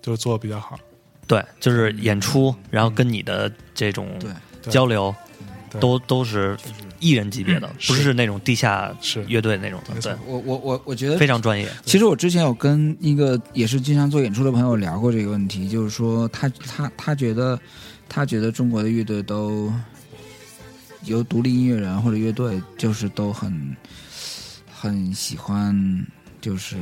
S1: 就是做的比较好。
S3: 对，就是演出，然后跟你的这种
S2: 对
S3: 交流，
S1: 对
S3: 都都是艺人级别的，不是那种地下
S1: 是
S3: 乐队那种的，
S1: 没错
S3: 对，
S2: 我我我我觉得
S3: 非常专业。
S2: 其实我之前有跟一个也是经常做演出的朋友聊过这个问题，就是说他他他觉得他觉得中国的乐队都由独立音乐人或者乐队，就是都很很喜欢，就是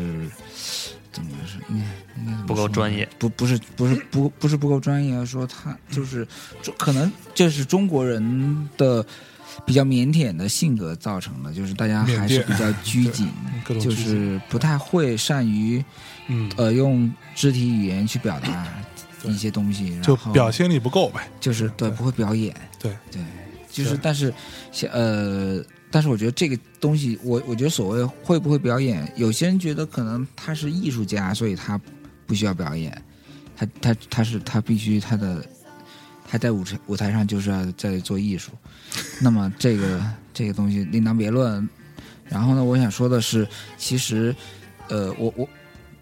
S2: 怎么是应该应该怎么说呢
S3: 不够专业，
S2: 不不是不是不不是不够专业，而啊说他就是中可能就是中国人的。比较腼腆的性格造成的，就是大家还是
S1: 腼腆
S2: 比较拘谨，
S1: 嗯各种
S2: 就
S1: 拘谨
S2: 是不太会善于
S1: 嗯，
S2: 呃用肢体语言去表达
S1: 对
S2: 一些东西，然
S1: 就
S2: 后
S1: 表现力不够呗。
S2: 就是
S1: 对
S2: 对不会表演，
S1: 对
S2: 对，就是
S1: 对
S2: 但是像呃，但是我觉得这个东西，我我觉得所谓会不会表演，有些人觉得可能他是艺术家，所以他不需要表演，他他他是他必须他的他在舞台舞台上就是要在做艺 术，那么这个这个东西另当别论。然后呢，我想说的是，其实呃，我我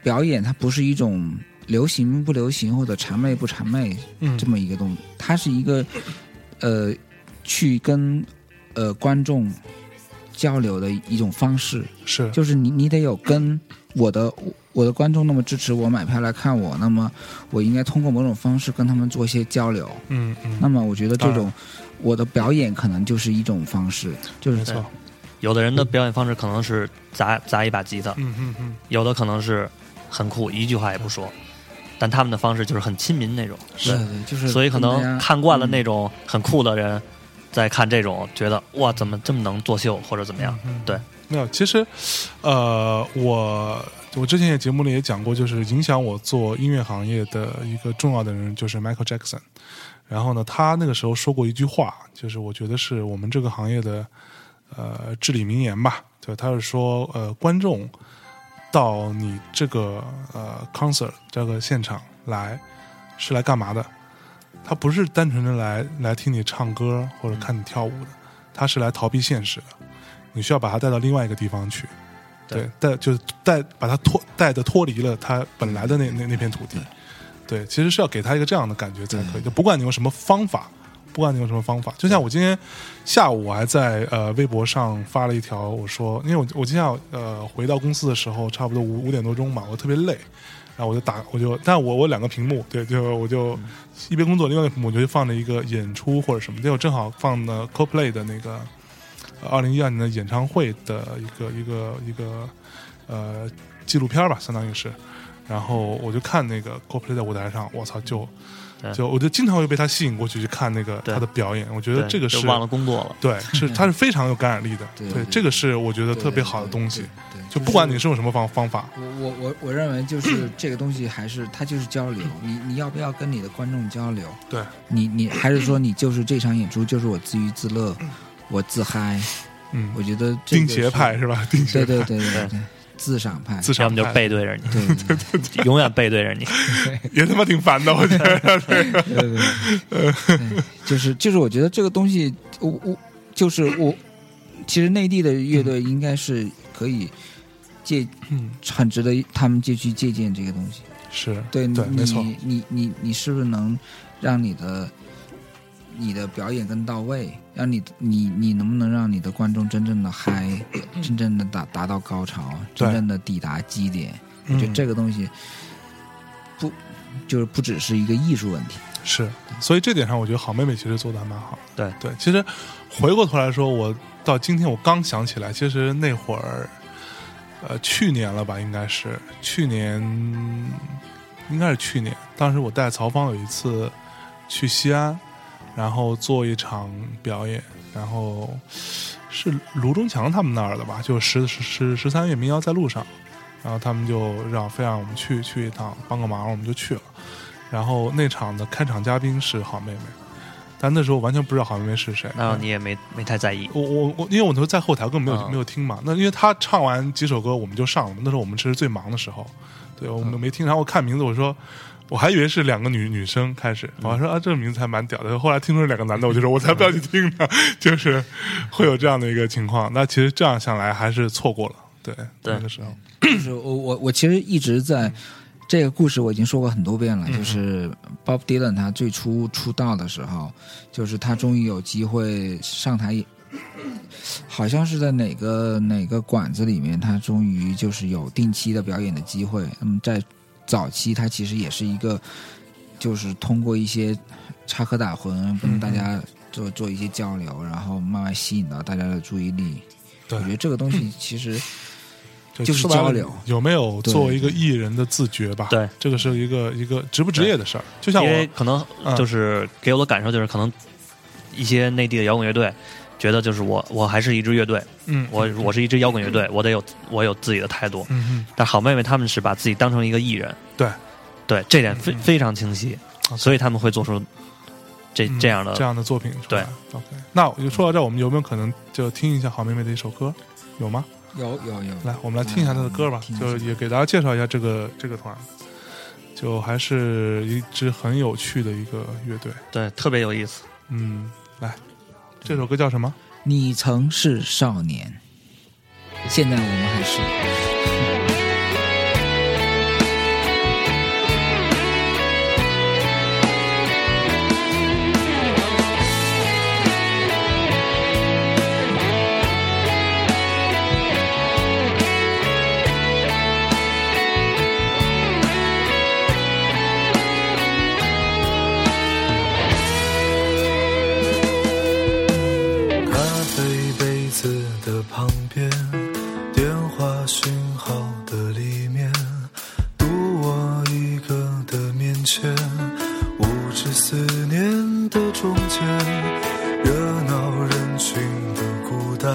S2: 表演它不是一种流行不流行或者谄媚不谄媚
S1: 嗯
S2: 这么一个东西，它是一个呃去跟呃观众交流的一种方式，
S1: 是
S2: 就是你你得有跟我的我的观众那么支持我买票来看我，那么我应该通过某种方式跟他们做一些交流。
S1: 嗯嗯，
S2: 那么我觉得这
S1: 当
S2: 种我的表演可能就是一种方式，就是
S1: 没错。
S3: 有的人的表演方式可能是砸砸一把吉他，
S1: 嗯嗯嗯，
S3: 有的可能是很酷，一句话也不说，但他们的方式就是很亲民那种，
S2: 对嗯对，呃就是
S3: 所以可
S2: 跟大
S3: 能
S2: 家
S3: 看惯了那
S2: 嗯
S3: 种很酷的人，在看这种觉得哇，怎么这么能作秀或者怎么
S2: 嗯
S3: 样？对，
S1: 没有。其实，呃，我我之前也节目里也讲过，就是影响我做音乐行业的一个重要的人就是 Michael Jackson。然后呢，他那个时候说过一句话，就是我觉得是我们这个行业的呃至理名言吧。对，他是说，呃，观众到你这个呃 concert 这个现场来是来干嘛的？他不是单纯的来来听你唱歌或者看你跳舞的，他是来逃避现实的。你需要把他带到另外一个地方去，
S3: 对
S1: 对，带就是带把他脱带的脱离了他本来的那那那片土地，对，其实是要给他一个这样的感觉才可以，就不管你用什么方法，不管你用什么方法，就像我今天下午我还在呃微博上发了一条，我说，因为我我今天要呃回到公司的时候，差不多五五点多钟嘛，我特别累。然后我就打，我就，但我我有两个屏幕，对，就我就一边工作，另外一个屏幕我就放着一个演出或者什么，结果正好放的 CoPlay 的那个二零一二年的演唱会的一个一个一个呃纪录片吧，相当于是。然后我就看那个 CoPlay 在舞台上，我操，就
S3: 对
S1: 就我就经常会被他吸引过去去看那个
S3: 对
S1: 他的表演。我觉得
S3: 对
S1: 这个
S3: 就是忘了工作了。
S1: 对， 是他是非常有感染力的。
S2: 对
S1: 对
S2: 对，
S1: 这个是我觉得
S2: 对
S1: 特别
S2: 对
S1: 好的
S2: 对
S1: 东西。
S2: 对，
S1: 就不管
S2: 是
S1: 你是用什么方方法，
S2: 我我我我认为就是这个东西还是它就是交流，你你要不要跟你的观众交流？
S1: 对，
S2: 你你还是说你就是这场演出就是我自娱自乐，我自嗨？
S1: 嗯
S2: 我，觉得这个
S1: 钉鞋
S2: 是
S1: 派，是 吧？钉
S2: 对
S1: 鞋
S2: 对
S1: 派，
S2: 对
S3: 对
S2: 对对，自赏派，
S1: 自
S3: 要
S1: 赏
S3: 么就
S1: 派
S3: 背对着你，
S2: 对对 对
S3: 永远背对着你。
S1: 也他妈挺烦的，我觉 得。
S2: 对对对，对就是就是我觉得这个东西，我我就是我，其实内地的乐队应该是可以借
S1: 嗯，
S2: 很值得他们借去借鉴这个东西。
S1: 是
S2: 对
S1: 对，
S2: 你
S1: 没错，
S2: 你你你是不是能让你的你的表演更到位？让你你你能不能让你的观众真正的嗨，真正的达达到高潮，
S1: 对
S2: 真正的抵达基点？我
S1: 嗯
S2: 觉得这个东西不就是不只是一个艺术问题。
S1: 是，所以这点上我觉得好妹妹其实做的还蛮好。
S3: 对
S1: 对，其实回过头来说，我到今天我刚想起来，其实那会儿，呃，去年了吧，应该是去年，应该是去年，当时我带曹芳有一次去西安，然后做一场表演，然后是卢中强他们那儿的吧，就十十十十三月民谣在路上，然后他们就让非让我们去去一趟帮个忙，我们就去了。然后那场的开场嘉宾是好妹妹，但那时候完全不知道好妹妹是谁。
S3: 然后你也没没太在意，
S1: 我我我，因为我那时候在后台，我根本没有、
S3: 啊
S1: 没有听嘛。那因为他唱完几首歌，我们就上了。那时候我们其实最忙的时候，对我
S3: 嗯
S1: 们没听。然后我看名字，我说我还以为是两个女女生开始，我还
S3: 嗯
S1: 说啊，这个名字还蛮屌的。后来听说是两个男的，我就说我才不要去听呢， 就是会有这样的一个情况。那其实这样想来还是错过了，对
S3: 对
S1: 那个时候，
S2: 就是我我我其实一直在这个故事我已经说过很多遍了，就是 Bob Dylan 他最初出道的时候，就是他终于有机会上台，好像是在哪个哪个馆子里面，他终于就是有定期的表演的机会。那么在早期，他其实也是一个，就是通过一些插科打诨跟大家做做一些交流，然后慢慢吸引到大家的注意力。
S1: 对
S2: 我觉得这个东西其实。
S1: 就
S2: 就是
S1: 说白了
S2: 交流
S1: 有没有
S2: 对
S1: 作为一个艺人的自觉吧？
S3: 对，
S1: 这个是一个一个职不职业的事儿。就像
S3: 因为
S1: 我，
S3: 可能
S1: 嗯
S3: 就是给我的感受就是，可能一些内地的摇滚乐队觉得就是我我还是一支乐队，
S1: 嗯，
S3: 我我是一支摇滚乐队，我得有我有自己的态度。
S1: 嗯
S3: 但好妹妹他们是把自己当成一个艺人，
S1: 对
S3: 对，这点非
S1: 嗯嗯
S3: 非常清晰，
S1: OK
S3: 所以他们会做出这
S1: 嗯，
S3: 这样
S1: 这
S3: 的。
S1: 样的作品出来。OK，那我就说到这儿，我们有没有可能就听一下好妹妹的一首歌？有吗？
S2: 有有有，
S1: 来，我们来听一下她的歌吧，
S2: 嗯
S1: 就是也给大家介绍一下这个这个团，就还是一支很有趣的一个乐队。
S3: 对，特别有意思。
S1: 嗯，来，这首歌叫什么？
S2: 你曾是少年，现在我们还是。
S5: 咖啡杯子的旁边，电话讯号的里面，独我一个的面前，无知思念的中间，热闹人群的孤单，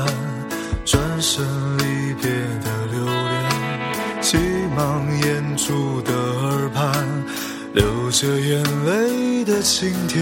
S5: 转身离别的留恋，急忙掩住的耳畔。流着眼泪的晴天，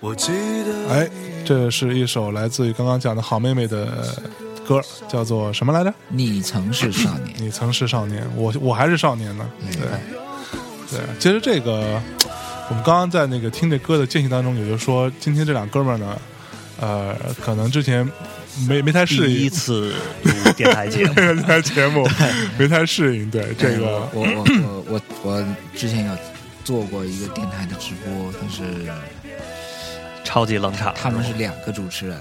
S5: 我记得，
S1: 哎，这是一首来自于刚刚讲的好妹妹的歌，叫做什么来着？
S2: 你曾是少年，
S1: 你曾是少年，我我还是少年呢。对，对，其实这个我们刚刚在那个听这歌的间隙当中，也就是说，今天这俩哥们儿呢，呃，可能之前没没太适
S3: 第一
S1: 应
S3: 次录电 台节目，
S1: 这个台节目，没太适应。对这个
S2: 哎 我我我我我之前有做过一个电台的直播，但是
S3: 超级冷场。
S2: 他们是两个主持人，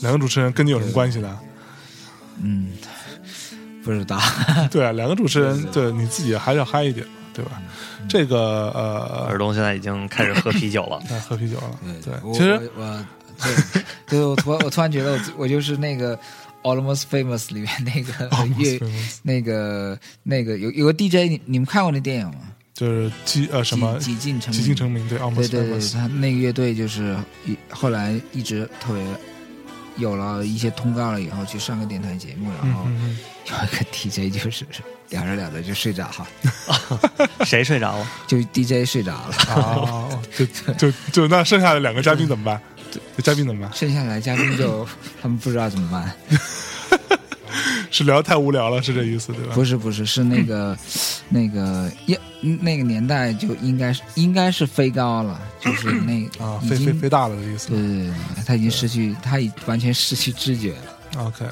S1: 两个主持人跟你有什么关系呢？
S2: 嗯，不知道。
S1: 对啊，两个主持人，对你自己还是要嗨一点，对吧？这个呃，
S3: 尔，东现在已经开始喝啤酒了
S1: 哎喝啤酒了，对，
S2: 嗯我
S1: 其实
S2: 我我对， 就是我突然我突然觉得我我就是那个 Almost Famous 里面那个乐那个那个有有个 DJ，你你们看过那电影吗？
S1: 就是激呃什么
S2: 几几近成
S1: 激进成名，对
S2: 对
S1: ，almost
S2: 对对，
S1: famous，
S2: 他那个乐队就是一后来一直特别有了一些通告了以后，去上个电台节目，然
S1: 嗯
S2: 后
S1: 嗯嗯，
S2: 有一个 DJ 就是聊着聊着就睡着了，
S3: 谁睡着了？
S1: 嗯
S2: 就 DJ 睡着了，
S1: 啊，就就就那剩下的两个嘉宾怎么办？这嘉宾怎么办？
S2: 剩下来嘉 宾就他们不知道怎么办。
S1: 嗯是聊得太无聊了，是这意思对吧？
S2: 不是不是是那个那个要那个年代就应该是应该是飞高了， 就是那
S1: 啊，
S2: 已
S1: 飞飞
S2: 经
S1: 飞大了的意思
S2: 对。对对，对他已经失去他已完全失去知觉了。
S1: OK，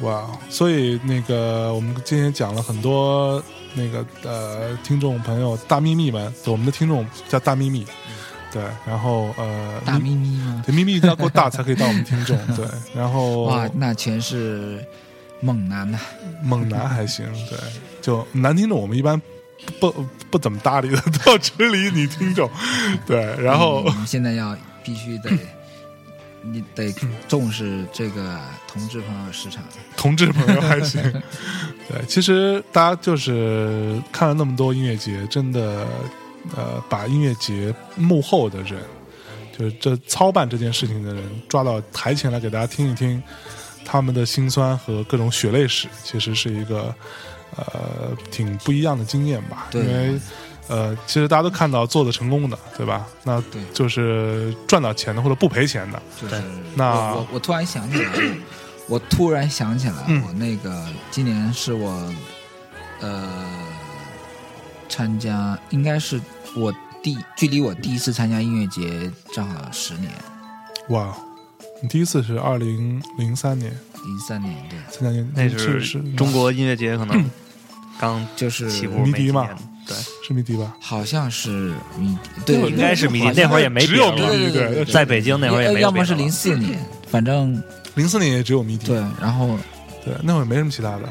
S1: 哇、所以那个我们今天讲了很多那个呃听众朋友大秘密们，我们的听众叫大秘密，对，然后呃，
S2: 嗯大
S1: 咪
S2: 咪咪吗？
S1: 对咪咪一定要够大才可以当我们听众， 对，然后
S2: 哇，那全是猛男呐、
S1: 猛男还行，对，就男听众我们一般不不怎么搭理的， 都要只理女听众，对，然后、
S2: 嗯我们现在要必须得，你得重视这个同志朋友市场。
S1: 同志朋友还行。 对，其实大家就是看了那么多音乐节，真的，呃，把音乐节幕后的人，就是这操办这件事情的人，抓到台前来给大家听一听他们的辛酸和各种血泪史，其实是一个呃挺不一样的经验吧。
S2: 对
S1: 因为呃，其实大家都看到做的成功的，对吧？那
S2: 对
S1: 就是赚到钱的或者不赔钱的，
S2: 就是
S3: 对
S1: 那
S2: 我我我突然想起来，我突然想起来，
S1: 嗯
S2: 我那个今年是我呃参加，应该是我第距离我第一次参加音乐节正好十年，
S1: 哇！你第一次是二零零三年，
S2: 零三年对，
S1: 参加年
S3: 那
S1: 是嗯
S3: 是中国音乐节可能刚
S2: 就是
S3: 起步
S1: 迷
S3: 没
S1: 笛
S3: 几
S1: 嘛
S3: 年，对，
S1: 是迷笛吧？
S2: 好像是迷对，
S3: 应该是迷笛
S2: 好像
S3: 那会儿也没
S1: 只有迷
S3: 别的了
S1: 笛，
S2: 对对
S1: 对
S2: 对
S3: 在北京那会儿也没有别的了，
S2: 要么是零四年，反正
S1: 零四年也只有迷笛，
S2: 对，然后
S1: 对，那会儿没什么其他的。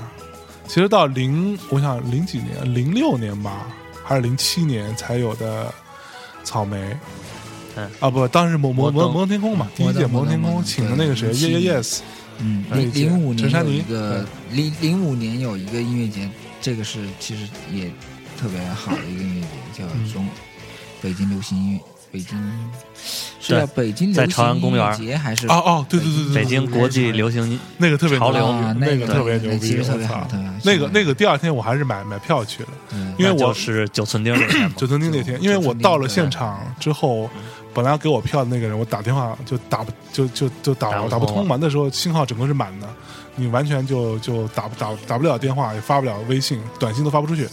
S1: 其实到零，我想零几年，零六年吧，还是零七年才有的草莓
S3: 嗯。
S1: 啊不，当时是摩摩摩
S3: 摩登
S1: 摩登天空嘛，第一届
S2: 嗯摩
S1: 摩登
S2: 登
S1: 天
S2: 摩
S1: 空
S2: 登
S1: 请的那个谁，
S2: 对
S1: 耶耶
S2: 零
S1: yes，
S2: 嗯，
S1: 那一
S2: 零
S1: 届
S2: 零五年
S1: 陈珊
S2: 有
S1: 妮
S2: 一个零零五年有一个音乐节，这个是其实也特别好的一个音乐节，叫
S3: 嗯
S2: 中北京流行音乐，北京是
S3: 对
S2: 叫北京
S3: 在
S2: 流
S3: 朝阳
S2: 行
S3: 公
S2: 音乐
S3: 园
S2: 节还是
S1: 哦哦，对对对对，
S3: 北
S1: 对
S3: 京国际流行
S1: 那个特别
S3: 潮流
S1: 牛
S2: 啊
S1: 逼
S2: 那
S1: 个
S2: 个
S1: 特别
S2: 对
S1: 牛
S2: 其
S1: 逼，
S2: 实特
S1: 我
S2: 别好
S1: 操
S2: 特别好！
S1: 那个那个第二天我还是买买票去了，
S2: 嗯
S1: 因为
S3: 那就
S1: 我
S3: 是九寸钉儿那天嘛
S1: 九层钉那天，因为我到了现场之后
S2: 嗯，
S1: 本来要给我票的那个人，我打电话就打不就就就打
S3: 打不通
S1: 打不通
S3: 了
S1: 嘛。那时候信号整个是满的，你完全就就打打打不了电话，也发不了微信，短信都发不出去。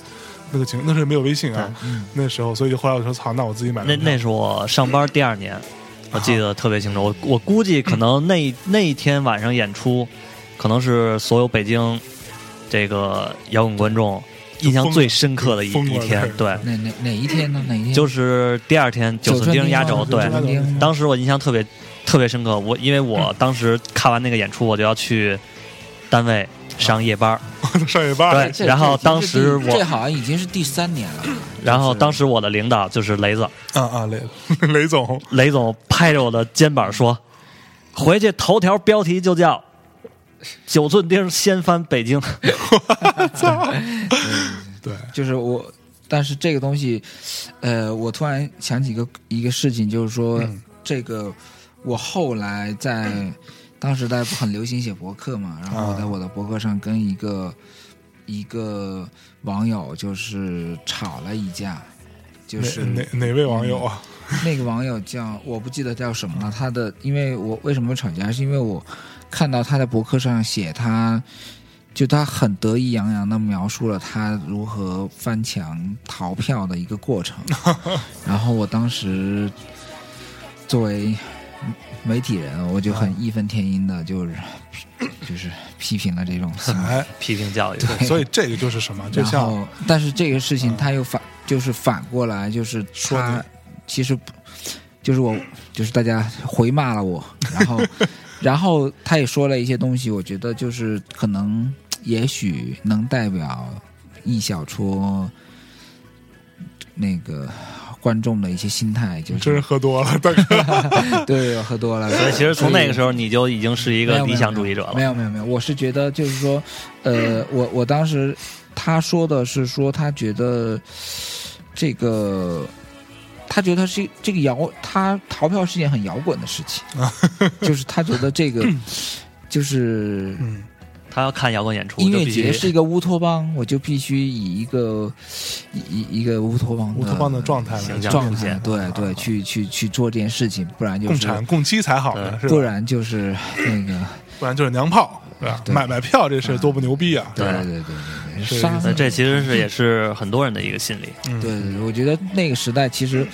S1: 那个情那时候没有微信啊，
S2: 嗯
S1: 那时候所以就后来我说操，那我自己买
S3: 那
S1: 张票
S3: 那是我上班第二年，我记得特别清楚。我我估计可能那那一天晚上演出，可能是所有北京这个摇滚观众印象最深刻的一
S1: 就疯了
S3: 一天。对，
S2: 哪哪哪一天呢？哪一天？
S3: 就是第二天九寸钉压
S2: 啊
S3: 轴。
S1: 九寸钉
S3: 对嗯
S1: 压轴，
S3: 当时我印象特别特别深刻。我因为我当时看完那个演出，我就要去单位上夜班儿，
S1: 上夜班
S3: 对然后当时我
S2: 这好像已经是第三年了吧，
S3: 然后当时我的领导就是雷子，
S1: 啊啊雷 雷总
S3: 雷总拍着我的肩膀说：“回去头条标题就叫‘九寸钉掀翻北京
S1: 对
S2: 就是我，但是这个东西，呃，我突然想起一个一个事情，就是说、这个，我后来在当时在很流行写博客嘛，然后我在我的博客上跟一个、一个网友就是吵了一架，就
S1: 哪
S2: 是
S1: 哪哪位网友啊？
S2: 那个网友叫我不记得叫什么了，他的因为我为什么吵架，是因为我看到他在博客上写他，就他很得意洋洋的描述了他如何翻墙逃票的一个过程，然后我当时作为媒体人，我就很义愤填膺的，就是 就是批评了这种行为。
S1: 哎，’，
S3: 批评教育。
S1: 所以这个就是什么？就
S2: 嗯然
S1: 像嗯
S2: 后，但是这个事情他又反，就是反过来，就是
S1: 说
S2: 他
S1: 你
S2: 其实不就是我，就是大家回骂 了我，然后，然后他也说了一些东西，我觉得就是可能，也许能代表一小撮那个观众的一些心态，就
S1: 真是
S2: 是
S1: 喝多了，大哥
S2: 对，喝多了，
S3: 所以其实从那个时候你就已经是一
S2: 没
S3: 个
S2: 有没有
S3: 理想主义者
S2: 没
S3: 了。
S2: 有没有没有，我是觉得就是说，呃，我我当时他说的是说他觉得这个。他觉得是这个摇，他逃票是件很摇滚的事 情，就是他觉得这个，就是
S1: 嗯
S3: 他要看摇滚演出，
S2: 音
S3: 就
S2: 乐
S3: 必
S2: 节
S3: 须
S2: 是一个乌托邦，我就必须以一个以以一个乌托邦
S1: 乌托邦的状态来
S3: 形象
S2: 状
S3: 出
S2: 态
S3: 现，啊
S2: 对对，去去去做这件事情，不然就
S1: 共
S2: 是
S1: 产共妻才好呢，是吧
S2: 不？然就是那个，
S1: 不然就是娘炮，对吧？
S2: 对
S1: 买买票这事儿多不牛逼啊！
S2: 对对对对对，杀
S3: 那这其实是也是很多人的一个心理。
S2: 对对，对我觉得那个时代其实，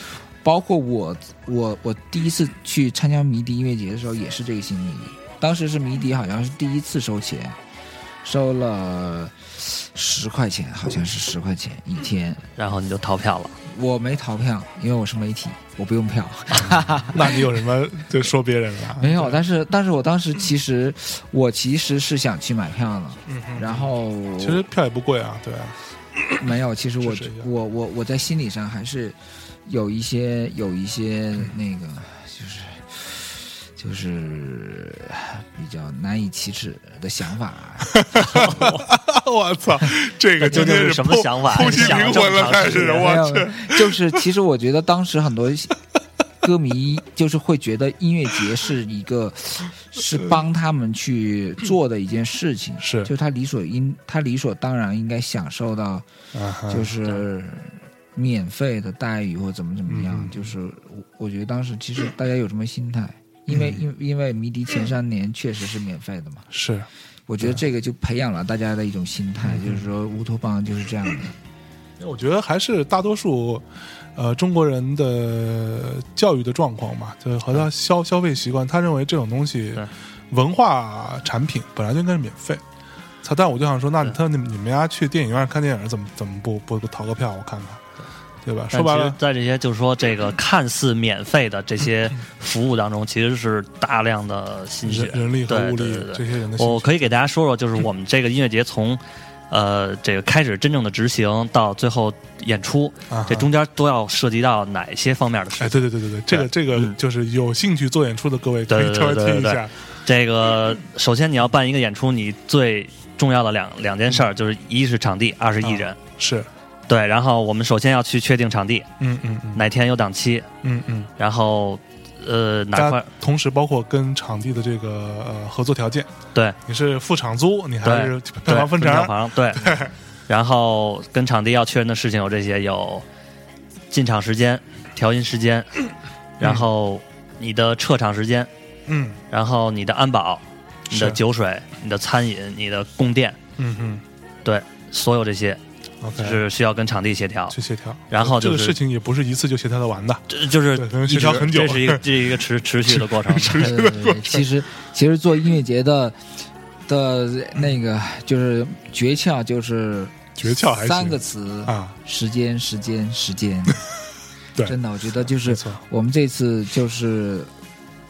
S2: 包括我，我我第一次去参加迷笛音乐节的时候，也是这个心理。当时是迷笛好像是第一次收钱，收了十块钱，好像是十块钱一天。
S3: 然后你就逃票了。
S2: 我没逃票，因为我是媒体，我不用票。
S1: 那你有什么就说别人了？
S2: 啊没有，但是但是我当时其实我其实是想去买票的，然后
S1: 其实票也不贵啊，对啊，
S2: 没有，其实我
S1: 试试一下
S2: 我我我在心理上还是有一些有一些那个，就是就是比较难以启齿的想法。 啊
S1: 我操，这个今
S3: 这
S1: 天
S3: 是什么
S1: 剖
S3: 想法
S1: 剖析
S3: 想
S1: 灵
S3: 这么
S1: 魂了，
S3: 长
S1: 开
S3: 时
S1: 始，
S3: 间
S1: 我
S2: 没有
S1: 去，，
S2: 就是其实我觉得当时很多歌迷就是会觉得音乐节是一个是帮他们去做的一件事情，
S1: 是
S2: 就他理所应他理所当然应该享受到
S1: 啊哈
S2: 就是免费的待遇或怎么怎么
S1: 嗯
S2: 样，就是我我觉得当时其实大家有什么心态，
S1: 嗯
S2: 因为因因为迷笛前三年确实是免费的嘛，
S1: 是
S2: 我觉得这个就培养了大家的一种心态，
S1: 嗯
S2: 就是说乌托邦就是这样 的，
S1: 我觉得还是大多数，呃，中国人的教育的状况吧，就是和他消消费习惯，他认为这种东西
S3: 嗯对，
S1: 文化产品本来就应该是免费。他，但我就想说，那你他你们你们家去电影院看电影，怎么怎么不不不淘个票，我看看，对吧？说白
S3: 但其
S1: 了
S3: 实，在这些就是说这个看似免费的这些服务当中，其实是大量的心血
S1: 人、人力和
S3: 对
S1: 物力
S3: 对对对
S1: 这些人的心
S3: 我
S1: 血
S3: 可以给大家说说，就是
S1: 嗯
S3: 我们这个音乐节从呃这个开始真正的执行到最后演出，
S1: 啊哈
S3: 这中间都要涉及到哪些方面的事
S1: 哎，
S3: 情。
S1: 对对对对对，这个这个
S3: 嗯
S1: 就是有兴趣做演出的各位可以
S3: 对对
S1: 稍微
S3: 对对
S1: 听一
S3: 对
S1: 下，
S3: 这个首先你要办一个演出，你最重要的两两件
S1: 嗯
S3: 事儿就是一是场地，二是艺
S1: 啊
S3: 人。
S1: 是，
S3: 对，然后我们首先要去确定场地，
S1: 嗯嗯嗯
S3: 哪天有档期，
S1: 嗯嗯，
S3: 然后呃哪
S1: 大家
S3: 块
S1: 同时包括跟场地的这个呃合作条件，
S3: 对
S1: 你是付场租，你还是票
S3: 对
S1: 房分
S3: 票
S1: 成？
S3: 房对， 然后跟场地要确认的事情有这些，有进场时间、调音时间，然后你的撤场时间，
S1: 嗯
S3: 然后你的安保、你的
S1: 是
S3: 酒水、你的餐饮、你的供电，
S1: 嗯嗯
S3: 对，所有这些
S1: ，OK，
S3: 是需要跟场地协调。
S1: 去协调。
S3: 然后
S1: 这
S3: 就
S1: 个
S3: 是
S1: 事情也不是一次就协调的完的，
S3: 这就是
S1: 对可能
S3: 一
S1: 协调
S3: 直
S1: 很久
S3: 这是一个这是一个持持续的过程。
S2: 对对对对，呃其实其实做音乐节的的那个就是诀窍就是
S1: 诀窍还是
S2: 三个词：
S1: 啊，
S2: 时间、时间、时间。
S1: 对
S2: 真的，我觉得就
S1: 没
S2: 是
S1: 错，
S2: 我们这次就是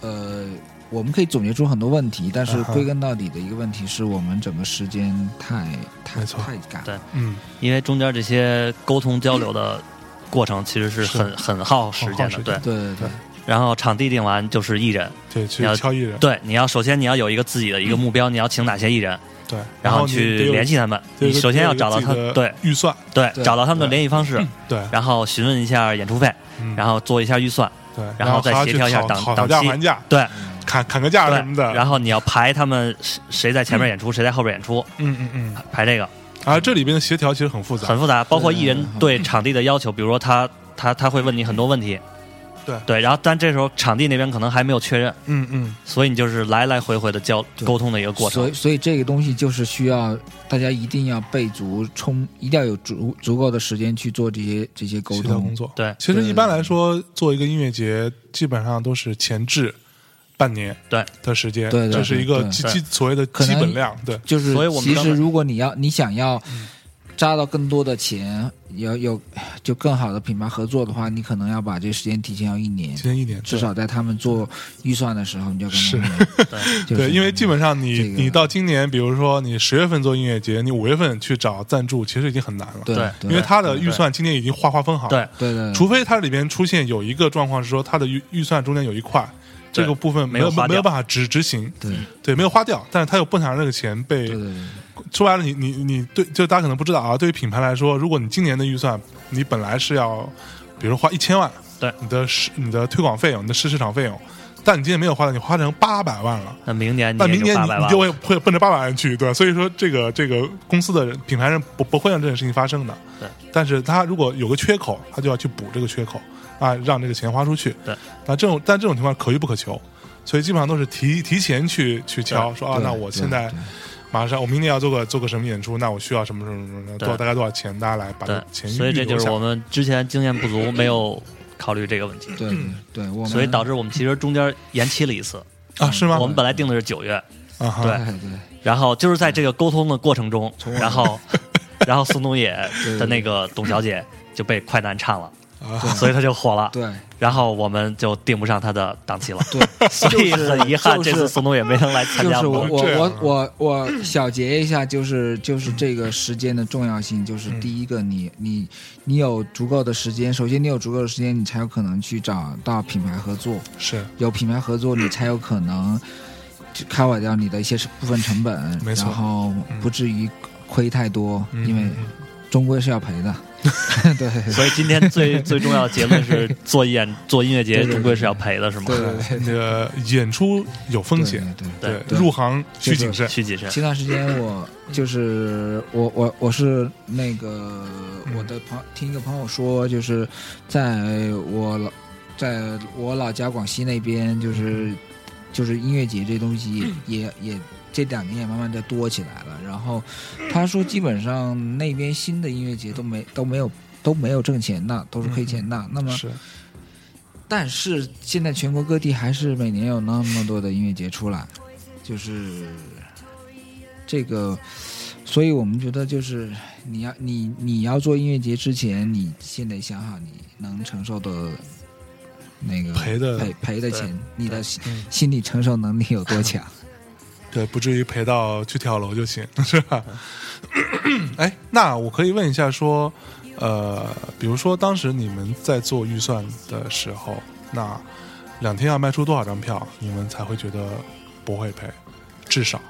S2: 呃，我们可以总结出很多问题，但是
S1: 啊哈
S2: 归根到底的一个问题是我们整个时间太太
S1: 没错
S2: 太赶。
S3: 对
S1: 嗯，
S3: 因为中间这些沟通交流的过程其实是
S1: 是
S3: 很很耗时
S1: 很耗
S3: 间
S1: 时
S3: 的，
S1: 间
S3: 对。
S2: 对对对，
S3: 然后场地定完就是艺人，
S1: 对，去
S3: 你要
S1: 挑艺人，
S3: 对，你要首先你要有一个自己的一个目标，你要请哪些艺人，
S1: 对，
S3: 然
S1: 后
S3: 后
S1: 你
S3: 去
S1: 得有
S3: 联系，他们。
S1: 得有
S3: 你
S1: 一个
S3: 首先要
S1: 得有一
S3: 找到
S1: 个
S3: 他
S1: 自己
S3: 们，
S1: 的
S3: 对
S1: 预算，
S3: 对，
S2: 对
S3: 找到他们的联系方式，
S1: 对，
S3: 然后询问一下演出费，
S1: 嗯
S3: 然后做一下预算，
S1: 对，
S3: 然
S1: 后
S3: 后再
S1: 还要
S3: 协
S1: 去
S3: 调一下
S1: 讨
S3: 档
S1: 讨
S3: 档
S1: 价
S3: 期
S1: 还价，
S3: 对
S1: 砍砍个价
S3: 对
S1: 嗯什么的，
S3: 然后你要排他们谁谁在前面演出，谁在后边演出，
S1: 嗯嗯嗯，
S3: 排这个
S1: 啊，这里边的协调其实很复杂
S3: 很，复杂，包括
S2: 对
S3: 艺人
S2: 嗯
S3: 对场地的要求，比如说他他他会问你很多问题，
S1: 对
S3: 对，然后但这时候场地那边可能还没有确认，
S1: 嗯嗯，
S3: 所以你就是来来回回的交
S2: 对
S3: 沟通的一个过
S2: 所
S3: 程
S2: 以，，所以这个东西就是需要大家一定要备足充，一定要有足足够的时间去做这些这些沟
S1: 协调
S2: 通
S1: 工。作。
S3: 对
S1: 其实
S2: 对
S1: 一般来说，做一个音乐节基本上都是前置半年
S3: 对
S1: 的时间，
S2: 对对
S1: 这是一个
S2: 对嗯
S1: 基
S3: 对
S1: 基所谓的基本量，对，
S2: 就是，
S3: 所以我们
S2: 其
S3: 刚
S2: 实
S3: 才嗯
S2: 如果你要你想要扎到更多的钱，有有就更好的品牌合作的话，你可能要把这个时间提前要一年
S1: 提，前一年
S2: 至
S1: 对
S2: 少在他们做预算的时候，你就跟他们
S3: 对
S2: 就是
S1: 对，因为基本上你
S2: 这个
S1: 你到今年，比如说你十月份做音乐节，你五月份去找赞助，其实已经很难了，
S2: 对
S3: 对
S1: 因为它的预算今年已经划划分好了，
S3: 对，
S2: 对对，
S1: 除非它里边出现有一个状况是说它的预预算中间有一块这
S3: 对
S1: 个部分没有
S3: 没有花掉
S1: 没有办法执执行，
S2: 对
S1: 对，没有花掉，但是他又不想让这个钱被
S2: 对对对
S1: 说白了，你你你对，就大家可能不知道啊，对于品牌来说，如果你今年的预算，你本来是要，比如花一千万，
S3: 对
S1: 你的市你的推广费用、你的市市场费用，但你今年没有花掉，你花成八百万了。
S3: 那明年你
S1: 那
S3: 也
S1: 明
S3: 就
S1: 年
S3: 八
S1: 你
S3: 百
S1: 你
S3: 万
S1: 就
S3: 了，
S1: 会会奔着八百万去，对吧？所以说这个这个公司的人品牌人不不会让这件事情发生的。
S3: 对，
S1: 但是他如果有个缺口，他就要去补这个缺口啊，让这个钱花出去。
S3: 对，
S1: 那这种但这种情况可遇不可求，所以基本上都是提提前去去敲，说啊，
S2: 对
S1: 那我现
S2: 对
S1: 在
S2: 对
S1: 马上我明年要做个做个什么演出，那我需要什么什么什么什么，
S3: 对
S1: 多少大概多少钱，大家来把这
S3: 对
S1: 个，钱
S3: 所以这
S1: 预留
S3: 就是
S1: 下
S3: 我们之前经验不足，没有考虑这个问题，
S2: 对对对，我们
S3: 所以导致我们其实中间延期了一次。
S1: 啊，是吗
S2: 嗯
S3: 我？们本来定的是九月，
S1: 啊哈，
S3: 对
S2: 哎对，
S3: 然后就是在这个沟通的过程中，
S2: 嗯
S3: 然后 然后宋冬野的那个董小姐就被快男唱了，
S1: 啊，
S3: 所以他就火了。
S2: 对
S3: 然后我们就定不上他的档期了，
S2: 对，
S3: 所以
S2: 就是
S3: 很遗憾，
S2: 就是
S3: 这次宋冬野没能来参
S2: 就
S3: 加
S2: 是我
S3: 我
S1: 们这
S2: 我
S3: 们。
S1: 样啊
S2: 我我我小结一下，就是就是这个时间的重要性，就是
S1: 嗯
S2: 第一个你，你你有足够的时间，首先你有足够的时间，你才有可能去找到品牌合作，
S1: 是
S2: 有品牌合作，你才有可能去 cover 掉你的一些部分成本，
S1: 没错
S2: 然后不至于亏太多，
S1: 嗯
S2: 因为
S1: 嗯嗯
S2: 终归是要赔 的。对
S3: 所以今天最最重要的结论是，做演做音乐节
S2: 对对对
S3: 终归是要赔的，是吗？
S2: 对对对，
S1: 那个演出有风险，
S2: 对对。
S1: 对，
S2: 对
S1: 入行需谨慎，
S3: 需谨慎。
S2: 前段时间我就是我我我是那个
S1: 嗯
S2: 我的朋听一个朋友说，就是在我老在我老家广西那边，
S1: 嗯
S2: 就是就是音乐节这东西也也也这两年也慢慢在多起来了。然后他说，基本上那边新的音乐节都没都没有都没有挣钱的，都是亏钱
S1: 嗯
S2: 的。那么
S1: 是
S2: 但是现在全国各地还是每年有那么多的音乐节出来，就是这个，所以我们觉得就是你要你你要做音乐节之前，你先得想好你能承受的那个
S1: 赔的
S2: 赔赔的钱，你的心
S1: 嗯
S2: 心理承受能力有多强？
S1: 对，不至于赔到去跳楼就行， 是吧？ 哎，那我可以问一下，说，呃，比如说当时你们在做预算的时候，那两天要卖出多少张票，你们才会觉得不会赔？至少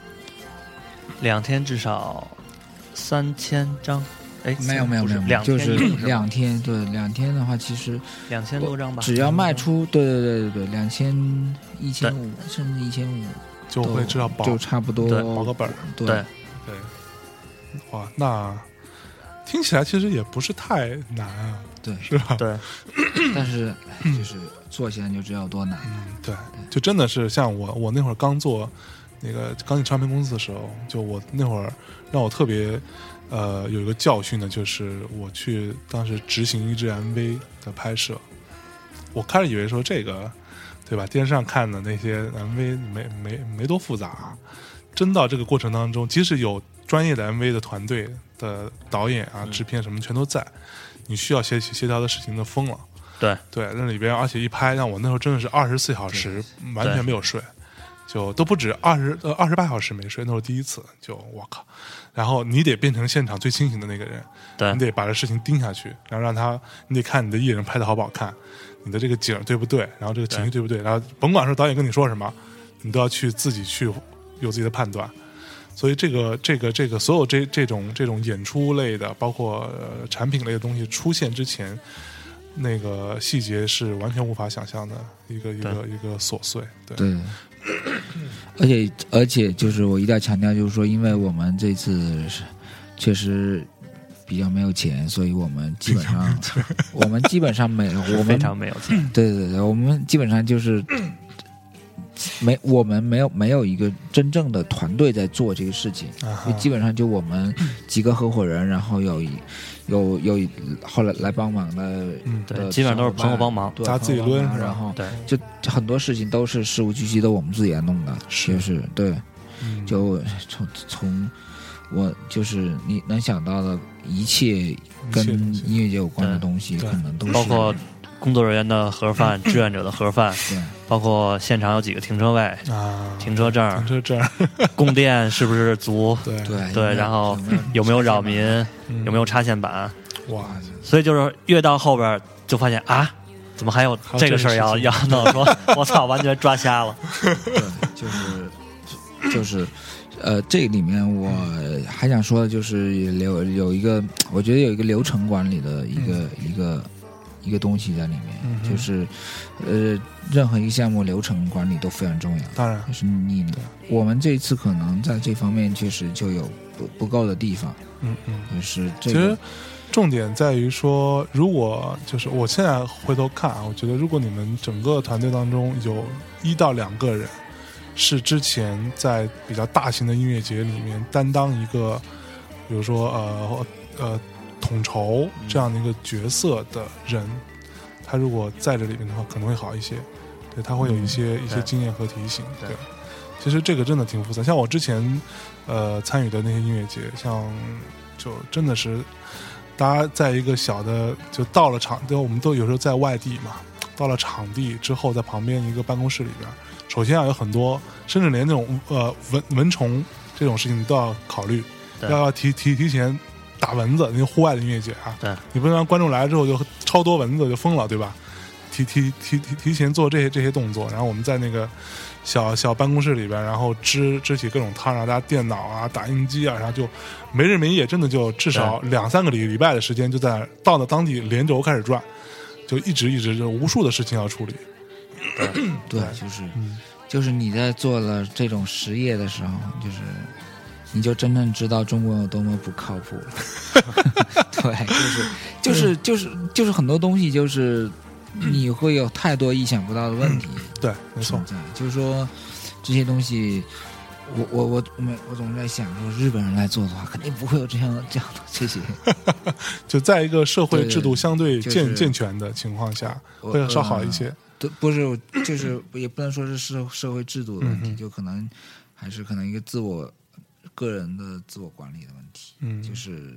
S3: 两天至少三千张，哎，
S2: 没有没有
S3: 不
S2: 没
S3: 是
S2: 有，没有
S3: 两天
S2: 就是
S3: 一共吧
S2: 两天，对两天的话，其实
S3: 两千多张吧，
S2: 只要卖出，对对对对对，两千一千五甚至一千五
S1: 就
S2: 都
S1: 会至少保
S2: 就差不多
S3: 对
S1: 保个本儿。
S2: 对
S3: 对
S1: 对，哇，那听起来其实也不是太难啊，
S2: 对
S1: 是吧？
S3: 对，嗯
S2: 但是哎就是做起来你就知道有多难。
S1: 嗯，对，就真的是像我，我那会儿刚做那个刚进唱片公司的时候，就我那会儿让我特别呃有一个教训的，就是我去当时执行一支 MV 的拍摄，我开始以为说这个对吧，电视上看的那些 MV 没没没多复杂、真到这个过程当中，即使有专业的 MV 的团队的导演啊、制片什么全都在，你需要协协调的事情都疯了。
S3: 对
S1: 对，那里边而且一拍，让我那时候真的是二十四小时完全没有睡，就都不止二十呃二十八小时没睡，那是我第一次，就我靠！然后你得变成现场最清醒的那个人，
S3: 对
S1: 你得把这事情盯下去，然后让他，你得看你的艺人拍的好不好看，你的这个景儿对不对，然后这个情绪对不对，然后甭管说导演跟你说什么，你都要去自己去有自己的判断。所以这个这个这个所有这这种这种演出类的，包括、呃产品类的东西出现之前，那个细节是完全无法想象的一个一个一个琐碎。对，
S2: 对， 而且而且就是我一定要强调，就是说，因为我们这次是确实比较没有钱，所以我们基本上我们基本上没 我
S3: 非
S2: 们
S3: 常没有钱。
S2: 对对对，我们基本上就是没我们没有没有一个真正的团队在做这个事情。
S1: 啊
S2: 就
S1: 哈
S2: 基本上就我们几个合伙人，然后有一有有一后来来帮忙的，
S1: 嗯
S3: 对
S2: 的
S3: 基本上都是
S2: 小伙伴
S3: 朋友帮忙
S2: 对
S1: 大家自己抡
S2: 朋友帮忙
S1: 是吧
S2: 然后
S3: 对
S2: 就很多事情都是事无巨细都我们自己来弄的，
S1: 是
S2: 就是对，
S1: 嗯
S2: 就从从我就是你能想到的一切
S1: 一
S2: 跟
S1: 切东西
S2: 音乐节有关的
S3: 对
S2: 东西，
S1: 嗯对
S2: 可能都是
S3: 包括工作人员的盒 饭、志愿者的盒饭，
S2: 对
S3: 包括现场有几个停车位、
S1: 啊，
S3: 停车证
S1: 停、车证儿，
S3: 供电是不是足，
S1: 对
S2: 对
S3: 对，然后有没有扰民，
S1: 嗯
S3: 有没有插线板，
S1: 哇，
S3: 所以就是越到后边儿就发现啊，怎么还有
S1: 还有
S3: 这个事儿要
S1: 这
S3: 要
S1: 个事
S3: 弄？说 我操，完全抓瞎了。
S2: 对， 就是就是，呃，这里面我还想说的就是有有一个，我觉得有一个流程管理的一个、一个一个东西在里面，
S1: 嗯哼
S2: 就是呃，任何一个项目流程管理都非常重要。
S1: 当然
S2: 就是你，我们这一次可能在这方面确实就有不不够的地方，
S1: 嗯嗯，
S2: 就是
S1: 其
S2: 这
S1: 实
S2: 个，
S1: 重点在于说，如果就是我现在回头看啊，我觉得如果你们整个团队当中有一到两个人是之前在比较大型的音乐节里面担当一个，比如说呃呃统筹这样的一个角色的人，他
S2: 嗯
S1: 如果在这里面的话，可能会好一些。对他会有一些、一些
S3: 对
S1: 经验和提醒，对
S3: 对
S1: 其实这个真的挺复杂。像我之前呃参与的那些音乐节，像就真的是大家在一个小的就到了场，对，我们都有时候在外地嘛，到了场地之后，在旁边一个办公室里边，首先要啊有很多，甚至连那种呃蚊蚊虫这种事情你都要考虑，
S3: 对
S1: 要要提提提前打蚊子，那个户外的音乐节啊，
S3: 对，
S1: 你不能让观众来了之后就超多蚊子就疯了，对吧？提提提提提前做这些这些动作，然后我们在那个小小办公室里边，然后支支起各种汤，然后大家电脑啊、打印机啊，然后就没日没夜，真的就至少两三个礼礼拜的时间，就在到了当地连轴开始转，就一直一直就无数的事情要处理。
S2: 对，就是、
S1: 嗯
S2: 就是你在做了这种实业的时候，就是你就真正知道中国有多么不靠谱。 对，就是就是就是就是很多东西就是你会有太多意想不到的问题
S1: 对，嗯没错
S2: 存，在，就是说这些东西。我我我我们我总是在想说，日本人来做的话，肯定不会有这样的这样的这些，
S1: 就在一个社会
S2: 对
S1: 制度相对
S2: 就
S1: 健
S2: 是
S1: 健全的情况下，
S2: 我
S1: 会稍好一。
S2: 呃
S1: 些。
S2: 对，不是，就是也不能说是社社会制度的问题，就可能还是可能一个自我个人的自我管理的问题。
S1: 嗯，
S2: 就是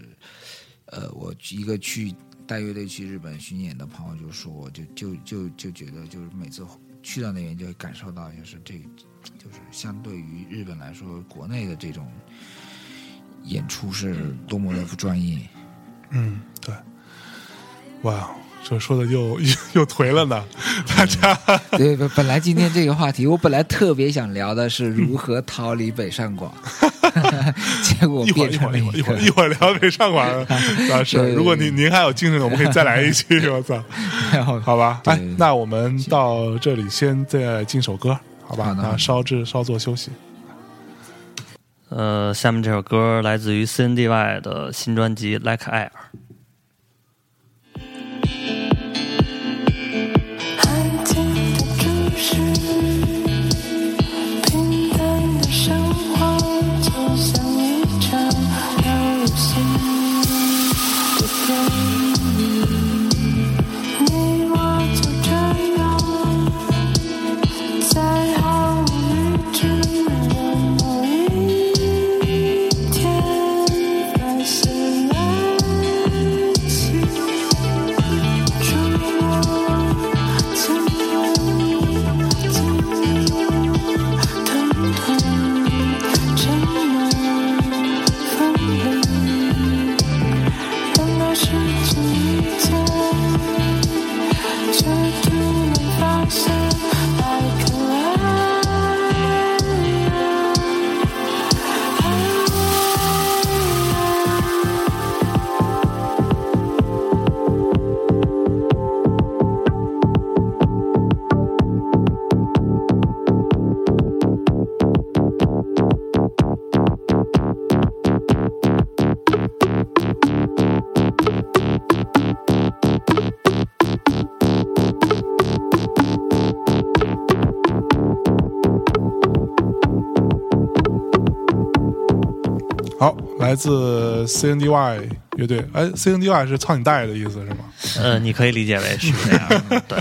S2: 呃，我去一个去带乐队去日本巡演的朋友就说，我就就就就觉得，就是每次去到那边就会感受到，就是这就是相对于日本来说，国内的这种演出是多么的不专业。
S1: 嗯，对，哇，这说的又 又又颓了呢。大家
S2: 对，本本来今天这个话题，我本来特别想聊的是如何逃离北上 广， 结果
S1: 一会儿一会
S2: 变成
S1: 儿
S2: 了
S1: 一会儿一会儿
S2: 个
S1: 一会儿聊北上广 了，老
S2: 对
S1: 师，
S2: 对
S1: 如果您您还有精神，我们可以再来一 期。我操，
S2: 然后
S1: 好吧，
S2: 对
S1: 哎，那我们到这里先再进首歌，好吧啊
S2: 好？的好
S1: 那
S2: 的
S1: 稍置稍作休息。
S3: 呃，下面这首歌来自于 CNDY 的新专辑《Like Air》。
S6: 安静的注视，平淡的生活就像一场游戏。不变，你我就这样，在毫无预知的某一天，开始练习触摸。怎么怎么疼痛，沉默，分离？难道失去一切，却突然发现爱可爱？
S1: 好，来自 CNDY 乐队，哎，CNDY 是操你大爷的意思是吗？
S3: 呃，你可以理解为是这样，对。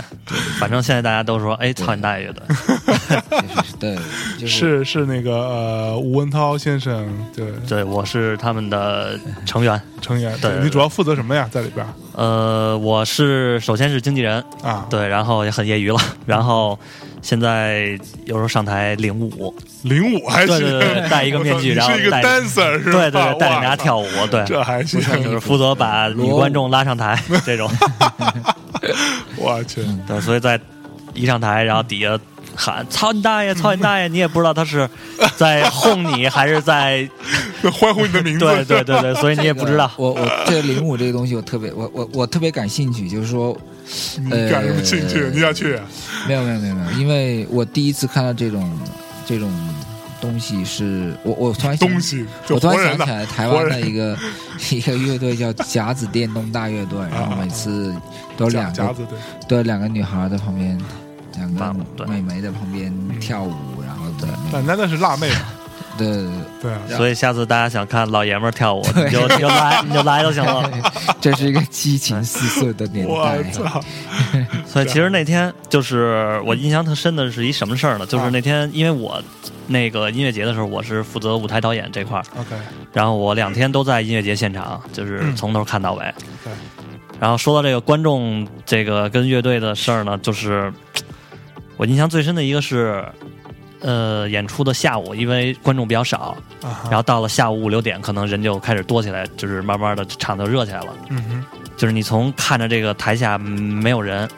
S3: 反正现在大家都说，哎，操你大爷的，
S2: 就是对，就
S1: 是
S2: 是
S1: 是那个呃吴文涛先生对
S3: 对我是他们的成员。
S1: 成员，
S3: 对对
S1: 你主要负责什么呀？在里边
S3: 呃，我是首先是经纪人，
S1: 啊？
S3: 对，然后也很业余了，然后现在有时候上台领舞，
S1: 零五还
S3: 对对
S1: 哎是
S3: 对，戴一个面具，
S1: 我
S3: 然
S1: 操
S3: 后
S1: 你是一个
S3: 戴
S1: dancer 是吧？
S3: 对对对，带领大
S1: 哇
S3: 家
S1: 操
S3: 跳舞，对，
S1: 这还行，
S3: 就是负责把女观众拉上台 这种，
S1: 我去，
S3: 对，所以在一上台，然后底下喊“操你大爷，操你大爷”，你也不知道他是在哄你还是在
S1: 欢呼你的名字，
S3: 对对对对，所以你也不知道。
S2: 呃我我这个领舞这个东西，我特别我我我特别感兴趣，就是说，
S1: 你干什么兴趣？
S2: 呃
S1: 你要去？啊
S2: 没有没有没有没有，因为我第一次看到这种这种东西是，我我突然想
S1: 东西就
S2: 我突
S1: 活
S2: 然
S1: 人
S2: 想起
S1: 的，
S2: 来，台
S1: 活
S2: 湾
S1: 人
S2: 的一个一个乐队叫甲子电动大乐队，然后每次都有
S3: 呃
S1: 夹
S2: 两
S1: 夹
S2: 个
S1: 子对，
S2: 都有两个女孩在旁边，两
S3: 棒
S2: 个
S3: 对
S2: 美眉在旁边跳舞，然后在那
S1: 但那那是辣妹嘛，
S2: 对对对，
S1: 对啊，
S3: 所以下次大家想看老爷们儿跳舞，你就你就来你就来就行了。
S2: 这是一个激情四射的 年
S1: 我
S2: 代。
S1: 操，
S3: 所以其实那天就是我印象特深的是一什么事儿呢？就是那天因为我那个音乐节的时候，我是负责舞台导演这块儿，
S1: OK，
S3: 然后我两天都在音乐节现场，就是
S1: 嗯
S3: 从头看到尾。
S1: 对
S3: 然后说到这个观众这个跟乐队的事儿呢，就是我印象最深的一个是，呃，演出的下午，因为观众比较少，
S1: 啊哈，
S3: 然后到了下午五六点，可能人就开始多起来，就是慢慢的场就热起来了。
S1: 嗯
S3: 就是你从看着这个台下没有人，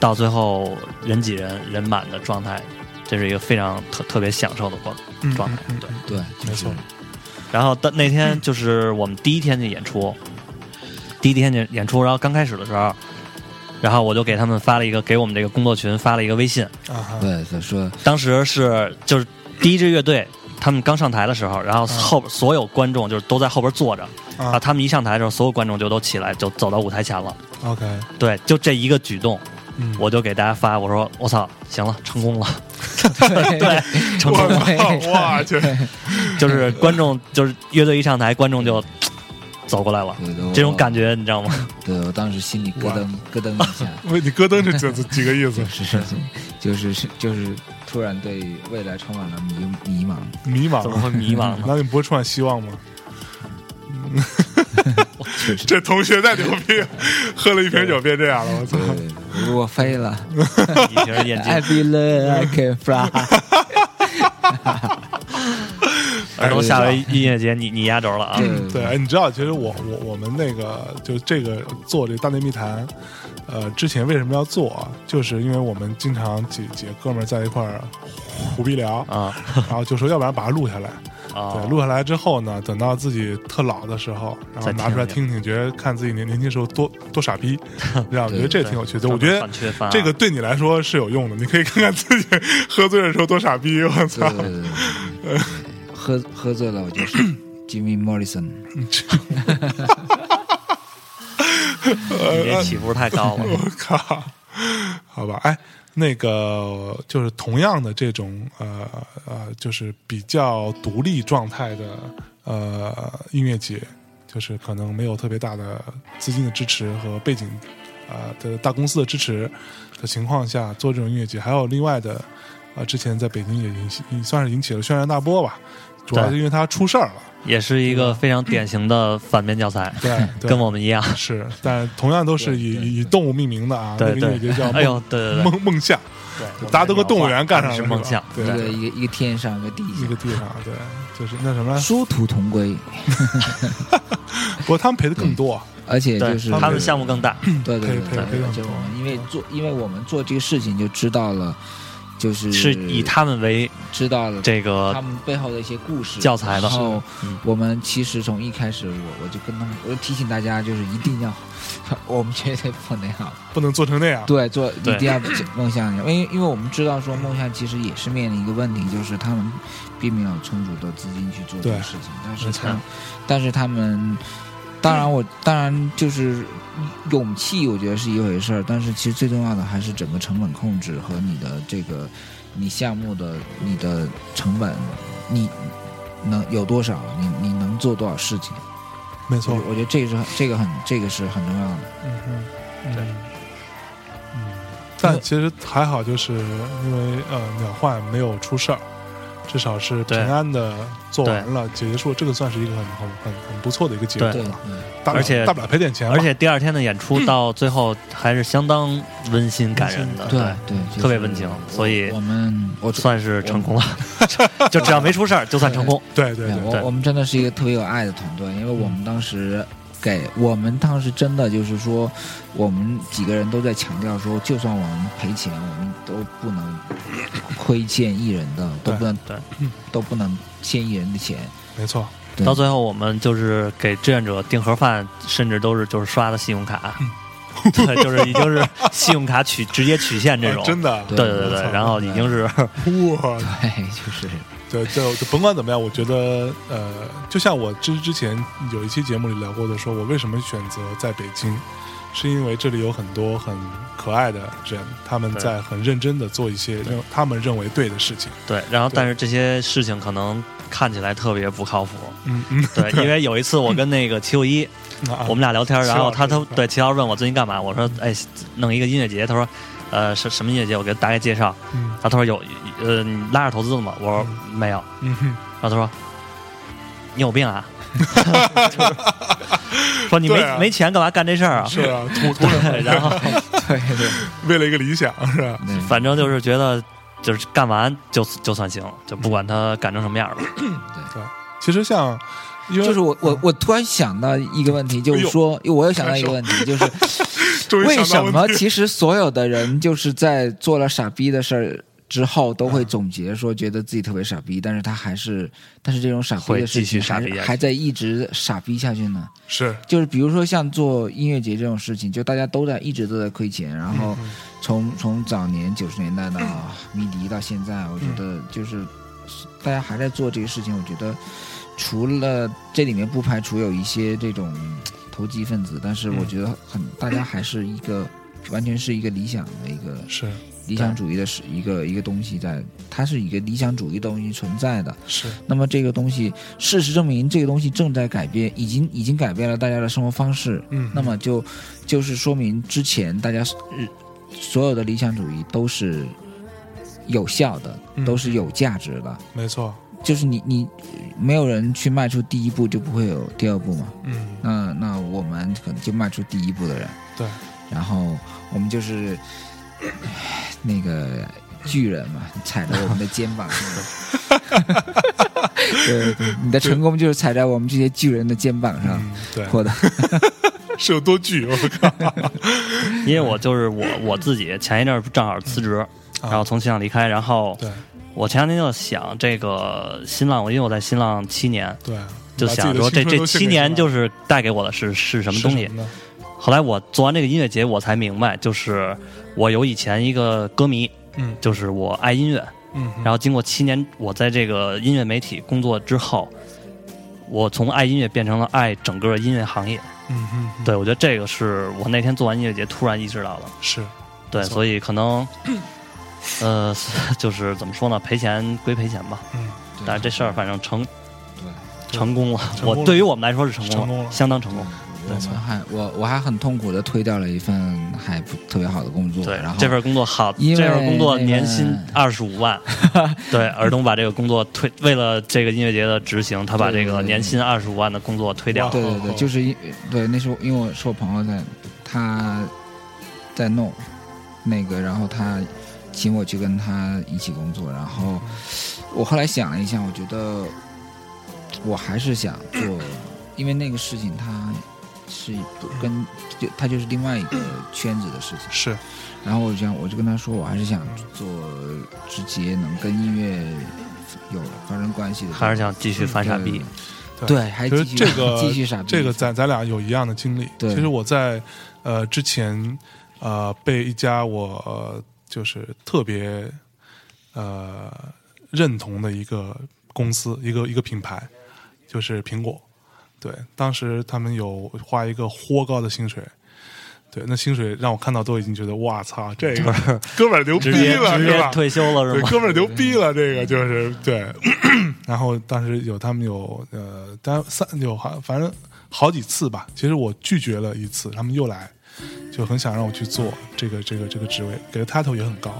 S3: 到最后人挤人、人满的状态，这是一个非常特特别享受的过
S1: 哼，嗯
S3: 状态。
S1: 嗯
S3: 对
S1: 嗯，
S2: 对，
S1: 嗯没错，
S3: 然后但那天就是我们第一天去演出，第一天去演出，然后刚开始的时候，然后我就给他们发了一个给我们这个工作群发了一个微信，
S1: 啊哈，
S2: 对，他说
S3: 当时是就是第一支乐队。他们刚上台的时候，然后后边所有观众就是都在后边坐着，啊，
S1: 啊
S3: 他们一上台的时候，所有观众就都起来，就走到舞台前了。
S1: ，OK，
S3: 对，就这一个举动，
S1: 嗯，
S3: 我就给大家发，我说我操，行了，成功了，
S2: 对，
S3: 成功了，
S1: 我操，哇去，
S3: 就是观众，就是乐队一上台，观众就走过来了，这种感
S2: 觉，
S3: 觉你知道吗？
S2: 对我当时心里咯噔咯噔一下，
S1: 为你咯噔是几几个意 思？
S2: 是是是，就是是就是突然对未来充满了迷迷茫。
S1: 迷茫，啊嗯
S3: 怎么会迷茫呢？
S1: 那你不会充满希望 吗？
S2: 确实，
S1: 这同学太牛逼，了，喝了一瓶酒变这样了，我操
S2: 对！，如果飞了
S3: 一瓶眼
S2: ，I
S3: 镜，
S2: feel I can fly。
S3: 儿童
S2: 哎
S3: 夏威夷音乐节，你你压轴了啊！
S2: 对
S1: 对，哎你知道，其实我我我们那个就这个做这大内密谈，呃，之前为什么要做啊？就是因为我们经常几几个哥们儿在一块儿胡逼聊，
S3: 啊
S1: 然后就说要不然把它录下来，
S3: 啊
S1: 对，！录下来之后呢，等到自己特老的时候，然后
S3: 再
S1: 拿出来
S3: 听
S1: 听听，觉得看自己年年轻时候多多傻 逼，然后我觉得这挺有趣的。我觉得
S3: 反缺啊乏
S1: 这个对你来说是有用的，你可以看看自己喝醉的时候多傻逼，我操
S2: 对！对对对对，喝喝醉了我就是 Jimmy Morrison。
S3: 你这起伏太 高了。
S1: 我靠，好吧，哎，那个就是同样的这种呃呃，就是比较独立状态的呃音乐节，就是可能没有特别大的资金的支持和背景啊、呃、的大公司的支持的情况下做这种音乐节，还有另外的啊、呃之前在北京也引起也算是引起了轩然大波吧，主要
S3: 对
S1: 是因为它出事儿了，
S3: 也是一个非常典型的反面教材，
S1: 对， 对啊
S3: 跟我们一样。
S1: 是，但同样都是以以以动物命名的啊，
S3: 对
S1: 那个音乐
S3: 对
S1: 节叫，
S3: 哎呦，对对对，
S1: 梦梦夏，
S3: 对
S1: 大家都跟动物园干上了
S3: 是梦想，
S1: 是
S2: 一
S1: 吧
S2: 个
S1: 对，
S2: 一个一个天上一个地
S1: 一个
S2: 下，
S1: 地上，对，就是那什么，
S2: 殊途同归。
S1: 不过他们赔的更多，
S3: 嗯
S2: 而且
S3: 对
S2: 就是嗯
S3: 他们项目更大，
S2: 对对对
S1: 配
S2: 对
S1: 配配上
S2: 对，就我们因为做，因为我们做这个事情就知道了，就是
S3: 是以他们为
S2: 知道了
S3: 这
S2: 他
S3: 个
S2: 们背后的一些故事
S3: 教材的
S2: 然后
S3: 嗯
S2: 我们其实从一开始，我我就跟他们，我就提醒大家，就是一定要， 我们绝对不能要，
S1: 不能做成那样。
S2: 对，做
S3: 对
S2: 一定要梦想，因为因为我们知道说梦想其实也是面临一个问题，就是他们并没有充足的资金去做这个
S1: 对
S2: 事情，但是
S1: 没错
S2: 他们，但是他们，当然我当然就是勇气，我觉得是一回事儿，但是其实最重要的还是整个成本控制和你的这个你项目的你的成本，你能有多少，你你能做多少事情，
S1: 没
S2: 我
S1: 错，
S2: 我觉得这个是很这个很这个是很重要的，
S1: 嗯哼，嗯，嗯，但其实还好，就是因为呃鸟患没有出事儿，至少是平
S3: 对
S1: 安的做完了，结束，这个算是一个很很很很不错的一个结果
S3: 对
S2: 对
S1: 了。。
S2: 嗯
S1: 大不了
S3: 而且
S1: 大不了赔点钱吧，
S3: 而且第二天的演出到最后还是相当温馨感人的，
S2: 对对，就是
S3: 特别温情所以
S2: 我们我
S3: 算是 成功了，就只要没出事儿就算成功。
S1: 对对
S2: 对
S1: 对，
S3: 对嗯
S2: 我我们真的是一个特别有爱的团队，因为我们当时给我们当时真的就是说，我们几个人都在强调说，就算我们赔钱，我们都不能亏欠艺人的，都
S1: 对
S2: 不能嗯
S3: 对
S2: 都不能欠艺人的钱。
S1: 没错，
S2: 对
S3: 到最后我们就是给志愿者订盒饭，甚至都是就是刷的信用卡，
S1: 嗯
S3: 对，就是已经 是信用卡取直接取现这种
S1: 啊，真的，
S3: 对对对
S1: 我操
S3: 对，然后已经是
S1: 哇，
S2: 对，就是
S1: 对，就就甭管怎么样，我觉得呃，就像我之之前有一期节目里聊过的，说我为什么选择在北京，是因为这里有很多很可爱的人，他们
S3: 对
S1: 在很认真的做一些认他们认为对的事情。
S3: 对，然后
S1: 对
S3: 但是这些事情可能看起来特别不靠 谱。
S1: 嗯嗯，
S3: 对，因为有一次我跟那个齐六一，
S1: 啊
S3: 我们俩聊天，
S1: 齐
S3: 然后他
S1: 老
S3: 他
S1: 师
S3: 对齐老师问我最近干嘛，我说哎弄一个音乐节，他说呃什什么音乐节，我给他大概介绍，
S1: 嗯
S3: 然后他说有呃你拉着投资了吗？我说没有，
S1: 嗯哼，
S3: 然后他说你有 病啊，就是说你没
S1: 对啊
S3: 没钱干嘛干这事儿啊？
S1: 是啊，突突然
S3: 对，然后
S2: 对对
S1: 为了一个理想是吧？
S2: 对，
S3: 反正就是觉得就是干完就就算行，就不管他干成什么样吧。
S1: 其实像，因为
S2: 就是我我我突然想到一个问题，就
S1: 哎
S2: 是
S1: 呦
S2: 说，我又想到一个问题，就是
S1: 终于
S2: 为什
S1: 想到
S2: 么
S1: 问题
S2: 其实所有的人就是在做了傻逼的事儿之后，都会总结说觉得自己特别傻逼，但是他还是，但是这种傻逼的
S3: 会
S2: 事
S3: 继
S2: 情
S3: 续傻
S2: 还
S3: 逼下去
S2: 是还在一直傻逼下去呢？
S1: 是
S2: 就是比如说像做音乐节这种事情，就大家都在一直都在亏钱，
S3: 嗯
S2: 然后
S1: 嗯
S2: 从从早年九十年代到迷笛到现在，我觉
S1: 嗯
S2: 得就是大家还在做这个事情。我觉得除了这里面不排除有一些这种投机分子，但是
S1: 嗯
S2: 我觉得很大家还是一个完全是一个理想的一个
S1: 是
S2: 理想主义的是一个一个东西在，它是一个理想主义的东西存在的。
S1: 是
S2: 那么这个东西，事实证明这个东西正在改变，已经已经改变了大家的生活方式。
S1: 嗯
S2: 那么就就是说明之前大家呃所有的理想主义都是有效的，
S1: 嗯
S2: 都是有价值的。
S1: 没错，
S2: 就是你你没有人去迈出第一步，就不会有第二步嘛。
S1: 嗯，
S2: 那那我们可能就迈出第一步的人，
S1: 对，
S2: 然后我们就是唉那个巨人嘛，踩着我们的肩膀。 对对对，你的成功就是踩在我们这些巨人的肩膀
S3: 啊
S2: 上
S1: 嗯，对，
S2: 获得。
S1: 是有多巨？我靠，
S3: 因为我就是我我自己前一阵儿正好辞职，
S1: 啊
S3: 然后从新浪离开，然后
S1: 对
S3: 我前两天就想这个新浪，我因为我在新浪七年，
S1: 对，
S3: 就
S1: 把自己
S3: 想
S1: 的
S3: 说这
S1: 青春
S3: 这
S1: 都献
S3: 七
S1: 给
S3: 年
S1: 他
S3: 就是带给我的是是什么
S1: 是
S3: 东西。
S1: 呢？
S3: 后来我做完这个音乐节，我才明白，就是我有以前一个歌迷，
S1: 嗯
S3: 就是我爱音乐，
S1: 嗯，
S3: 然后经过七年我在这个音乐媒体工作之后，我从爱音乐变成了爱整个音乐行业。
S1: 嗯嗯，
S3: 对，我觉得这个是我那天做完音乐节突然意识到的。
S1: 是
S3: 对，
S1: 错
S3: 所以可能，呃， 就是怎么说呢，赔钱归赔钱吧，
S1: 嗯
S3: 但是这事儿反正成
S2: 对，
S3: 成功了，
S1: 成功了
S3: 我对于我们来说是成功了，
S1: 成功了
S3: 相当成功。
S2: 我
S3: 嗯
S2: 们还我我还很痛苦的推掉了一份还不特别好的工作，
S3: 对
S2: 然，后
S3: 这份工作好，
S2: 因为
S3: 这份工作
S2: 那个
S3: 年薪二十五 万。对，尔东把这个工作推，为了这个音乐节的执行，他把
S2: 对
S3: 这
S2: 对
S3: 个
S2: 对
S3: 年薪二十五万的工作推掉了。
S2: 对对
S1: 哦
S2: 对，
S1: 哦
S2: 就是因对那时候因为我是我朋友在，他在弄那个，然后他请我去跟他一起工作，然后我后来想了一下，我觉得我还是想做，因为那个事情它是不跟就它就是另外一个圈子的事情，
S1: 是，
S2: 然后我就想我就跟他说，我还是想做直接能跟音乐有发生关系的，
S3: 还是想继续翻傻逼，
S1: 嗯对
S2: 对，还
S1: 其
S2: 继
S1: 实
S2: 续
S1: 这个
S2: 继续傻逼，
S1: 这个咱咱俩有一样的经历。
S2: 嗯对
S1: 其实我在呃之前呃被一家我、呃、就是特别呃认同的一个公司，一个一个品牌，就是苹果。对，当时他们有花一个豁高的薪水。对，那薪水让我看到都已经觉得，哇操，这个 哥们儿牛逼
S3: 直接
S1: 了，
S3: 直
S1: 是吧
S3: 接？退休了是
S1: 对，
S3: 吗？嗯
S1: 哥们儿牛逼了，这个就是对。然后当时有他们有呃，单三有好反正好几次吧。其实我拒绝了一次，他们又来，就很想让我去做这个这个这个职位，给的 title 也很高。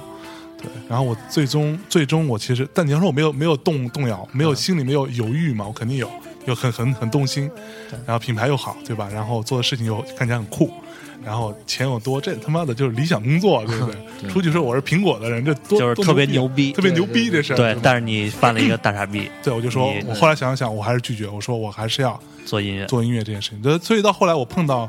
S1: 对，然后我最终最终我其实，但你要说我没有没有动动摇，没有心里没有犹豫嘛，我肯定有，有很很很动心。然后品牌又好，对吧？然后做的事情又看起来很酷，然后钱又多，这他妈的就是理想工作，对不对？出去说我是苹果的人，这多
S3: 就是
S1: 多
S3: 特别牛
S1: 逼
S3: 逼
S1: 特别牛逼这事儿。
S3: 对
S1: 吧，
S3: 但是你犯了一个大傻逼，
S1: 对我就说
S3: 你，
S1: 我后来想想，我还是拒绝。我说我还是要
S3: 做音乐，
S1: 做音乐这件事情。对所以到后来，我碰到，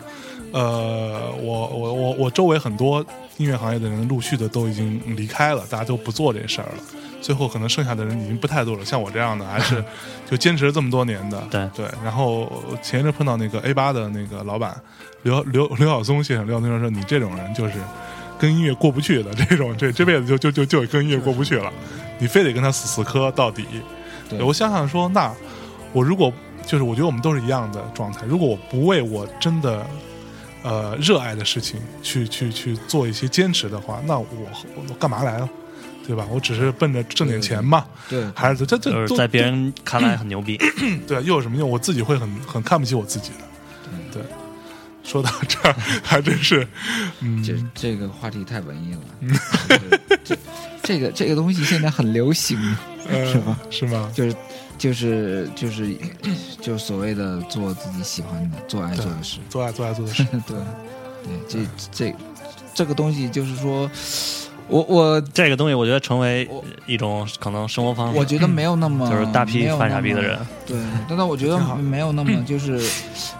S1: 呃，我我我我周围很多音乐行业的人陆续的都已经离开了，大家都不做这事儿了。最后可能剩下的人已经不太多了，像我这样的还是就坚持了这么多年的。
S3: 对
S1: 对。然后前一阵碰到那个 A 八的那个老板刘刘刘晓松先生，刘晓松先生说：“你这种人就是跟音乐过不去的，这种这这辈子就就就就跟音乐过不去了，你非得跟他死死磕到底。”
S2: 对
S1: 我想想说，那我如果就是我觉得我们都是一样的状态，如果我不为我真的呃热爱的事情去去去做一些坚持的话，那我我干嘛来了？对吧？我只是奔着挣点钱嘛，
S2: 对，
S1: 还是这这
S3: 就是
S1: 都
S3: 在别人看来很牛 逼，
S1: 对，又有什么用？我自己会很很看不起我自己的。对，说到这儿， 还真是，嗯，
S2: 这这个话题太文艺了， 这这这个这个东西现在很流行，
S1: 呃
S2: 是吗？
S1: 是吗？
S2: 就是就是就是就所谓的做自己喜欢的、做爱做的事，
S1: 做爱做爱做的 事，
S2: 对对，这这这个东西就是说，我我
S3: 这个东西我觉得成为
S2: 我
S3: 一种可能生活方
S2: 我
S3: 式，
S2: 觉得没有那么
S3: 就是大批
S2: 没有
S3: 犯傻
S2: 那
S3: 逼的
S2: 么嗯
S3: 人，
S2: 对，但是我觉得
S1: 挺好
S2: 没有 那么就是，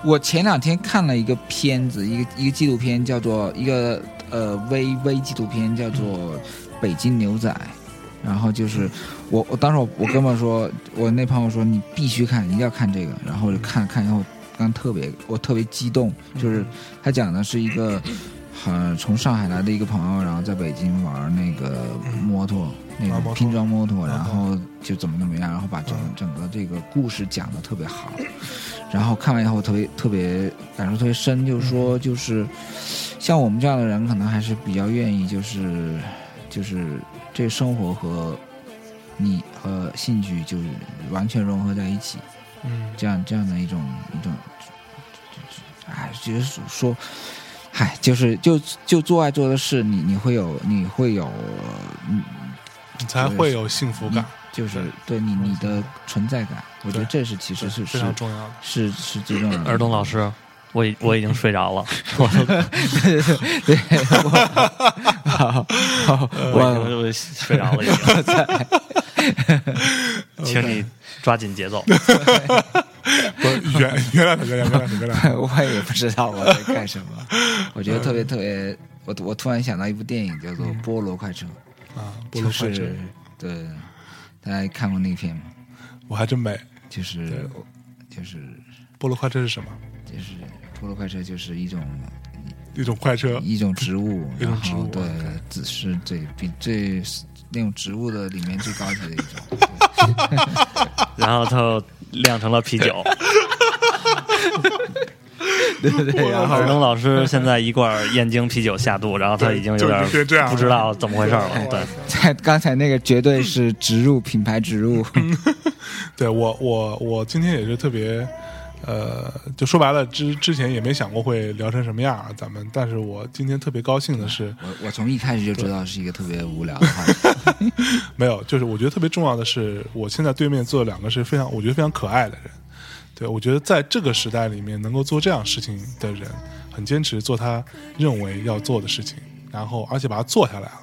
S2: 我前两天看了一个片子，一个一个纪录片叫做一个呃微微纪录片叫做
S1: 嗯
S2: 《北京牛仔》，然后就是我我当时我我跟我说，我那朋友说你必须看，一定要看这个，然后我就看看以后，刚特别我特别激动，
S1: 嗯
S2: 就是他讲的是一个。很从上海来的一个朋友，然后在北京玩那个摩托，那
S1: 啊
S2: 种
S1: 摩托
S2: 拼装摩托，
S1: 啊
S2: 然后就怎么怎么样，然后把整
S1: 嗯
S2: 整个这个故事讲的特别好，然后看完以后特别特别感受特别深，就是说就是像我们这样的人，可能还是比较愿意就是就是这生活和你和兴趣就是完全融合在一起，
S1: 嗯，
S2: 这样这样的一种一种，哎，就是说，哎，就是就就做爱做的事，你你会有你会有，嗯，
S1: 你才会有幸福感，
S2: 就是对你你的存在感，我觉得这是其实
S1: 对
S2: 是
S1: 非
S2: 是
S1: 常重要的。
S2: 是是最重要的。
S3: 儿童老
S2: 师，
S3: 师，我已我已经睡着了，我
S2: 对，我好好
S3: 我已
S2: 我
S3: 经我睡着了，已经。 请你抓紧节奏，
S1: 不是原原来的原来的原来的原 来的，
S2: 我也不知道我在干什么，我觉得特别特别，我我突然想到一部电影叫做《菠萝快车》，
S1: 啊，菠
S2: 就
S1: 萝快车
S2: 是对，大家看过那片吗？
S1: 我还真没。
S2: 就是就是
S1: 菠萝快车是什么？
S2: 就是菠萝快车就是一种
S1: 一种快车，
S2: 一种植物，
S1: 一种
S2: 然
S1: 植
S2: 后
S1: 物
S2: 对
S1: OK，
S2: 只是最比最那种植物的里面最高级的一种。
S3: 然后它又酿成了啤酒。
S2: 对对对，然后
S3: 儿童老师现在一罐燕京啤酒下肚，然后他已经有
S1: 就已经变这样
S3: 点
S1: 了
S3: 不知道怎么回事了。对，
S2: 在 刚才那个绝对是植入品牌植入，
S1: 对我我我今天也是特别，呃，就说白了，之之前也没想过会聊成什么样啊，咱们，但是我今天特别高兴的是，
S2: 我我从一开始就知道是一个特别无聊的 话题。
S1: 没有，就是我觉得特别重要的是，我现在对面坐的两个是非常，我觉得非常可爱的人。对，我觉得在这个时代里面，能够做这样事情的人，很坚持做他认为要做的事情，然后而且把它做下来了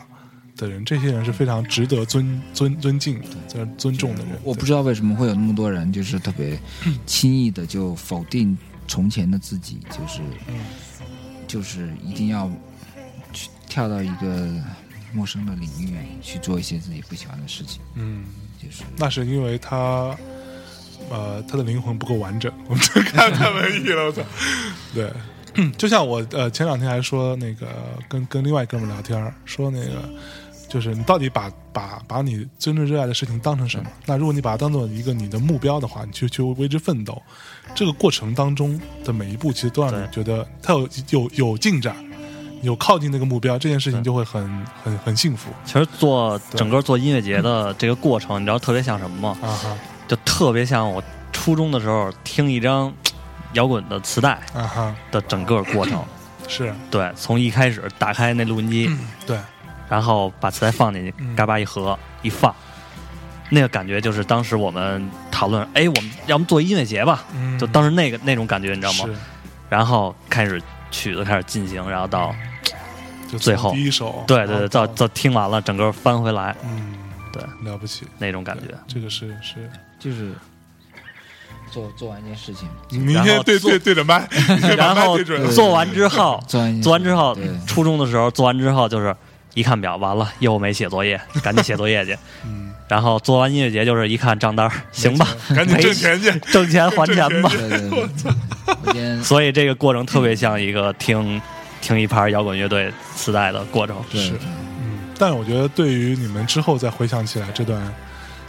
S1: 的人，这些人是非常值得尊尊尊敬的、尊尊重的人。
S2: 我不知道为什么会有那么多人，就是特别轻易的就否定从前的自己，就是就是一定要去跳到一个陌生的领域去做一些自己不喜欢的事情，
S1: 嗯，
S2: 就是
S1: 那是因为他，呃，他的灵魂不够完整。 我们这看太文艺了，我操！对， 就像我呃前两天还说那个跟跟另外一哥们聊天儿，说那个就是你到底把把把你真正热爱的事情当成什么？那如果你把它当做一个你的目标的话，你去去为之奋斗，这个过程当中的每一步，其实都让你觉
S3: 对
S1: 得它有有有进展。有靠近那个目标，这件事情就会很很很幸福
S3: 其实做整个做音乐节的这个过程，你知道特别像什么吗？
S1: 啊哈
S3: 就特别像我初中的时候听一张摇滚的磁带
S1: 啊哈，
S3: 的整个过 程。
S1: 是
S3: 对，从一开始打开那录音机，
S1: 对，
S3: 然后把磁带放进
S1: 嗯
S3: 去，嘎巴一合一放，那个感觉就是当时我们讨论，哎，我们要不做音乐节吧？
S1: 嗯
S3: 就当时那个那种感觉，你知道吗？
S1: 是
S3: 然后开始曲子开始进行，然后到
S1: 嗯就从
S3: 最后
S1: 第一首，
S3: 对对
S1: 然后
S3: 对，到
S1: 到
S3: 到听完了，整个翻回来
S1: 嗯，
S3: 对，
S1: 了不起，
S3: 那种感觉
S1: 对。这个是是，
S2: 就是做做完一件事情，
S1: 你
S3: 然
S1: 先
S3: 后
S1: 对
S3: 做
S1: 对对着 麦，你先把
S3: 然
S1: 麦
S3: 后
S1: 对准了，
S3: 做完之后，
S2: 做完一件事情
S3: 做完之后
S2: 对，
S3: 初中的时候做完之后就是一看表，完了又没写 作业，赶紧写作业去。
S1: 嗯，
S3: 然后做完音乐节就是一看账单儿，行吧，
S1: 赶紧挣钱去，
S3: 挣钱还钱吧。
S2: 对对 对，我今天
S3: 所以这个过程特别像一个听听一盘摇滚乐队磁带的过程。
S2: 对
S1: 是但是我觉得对于你们之后再回想起来这段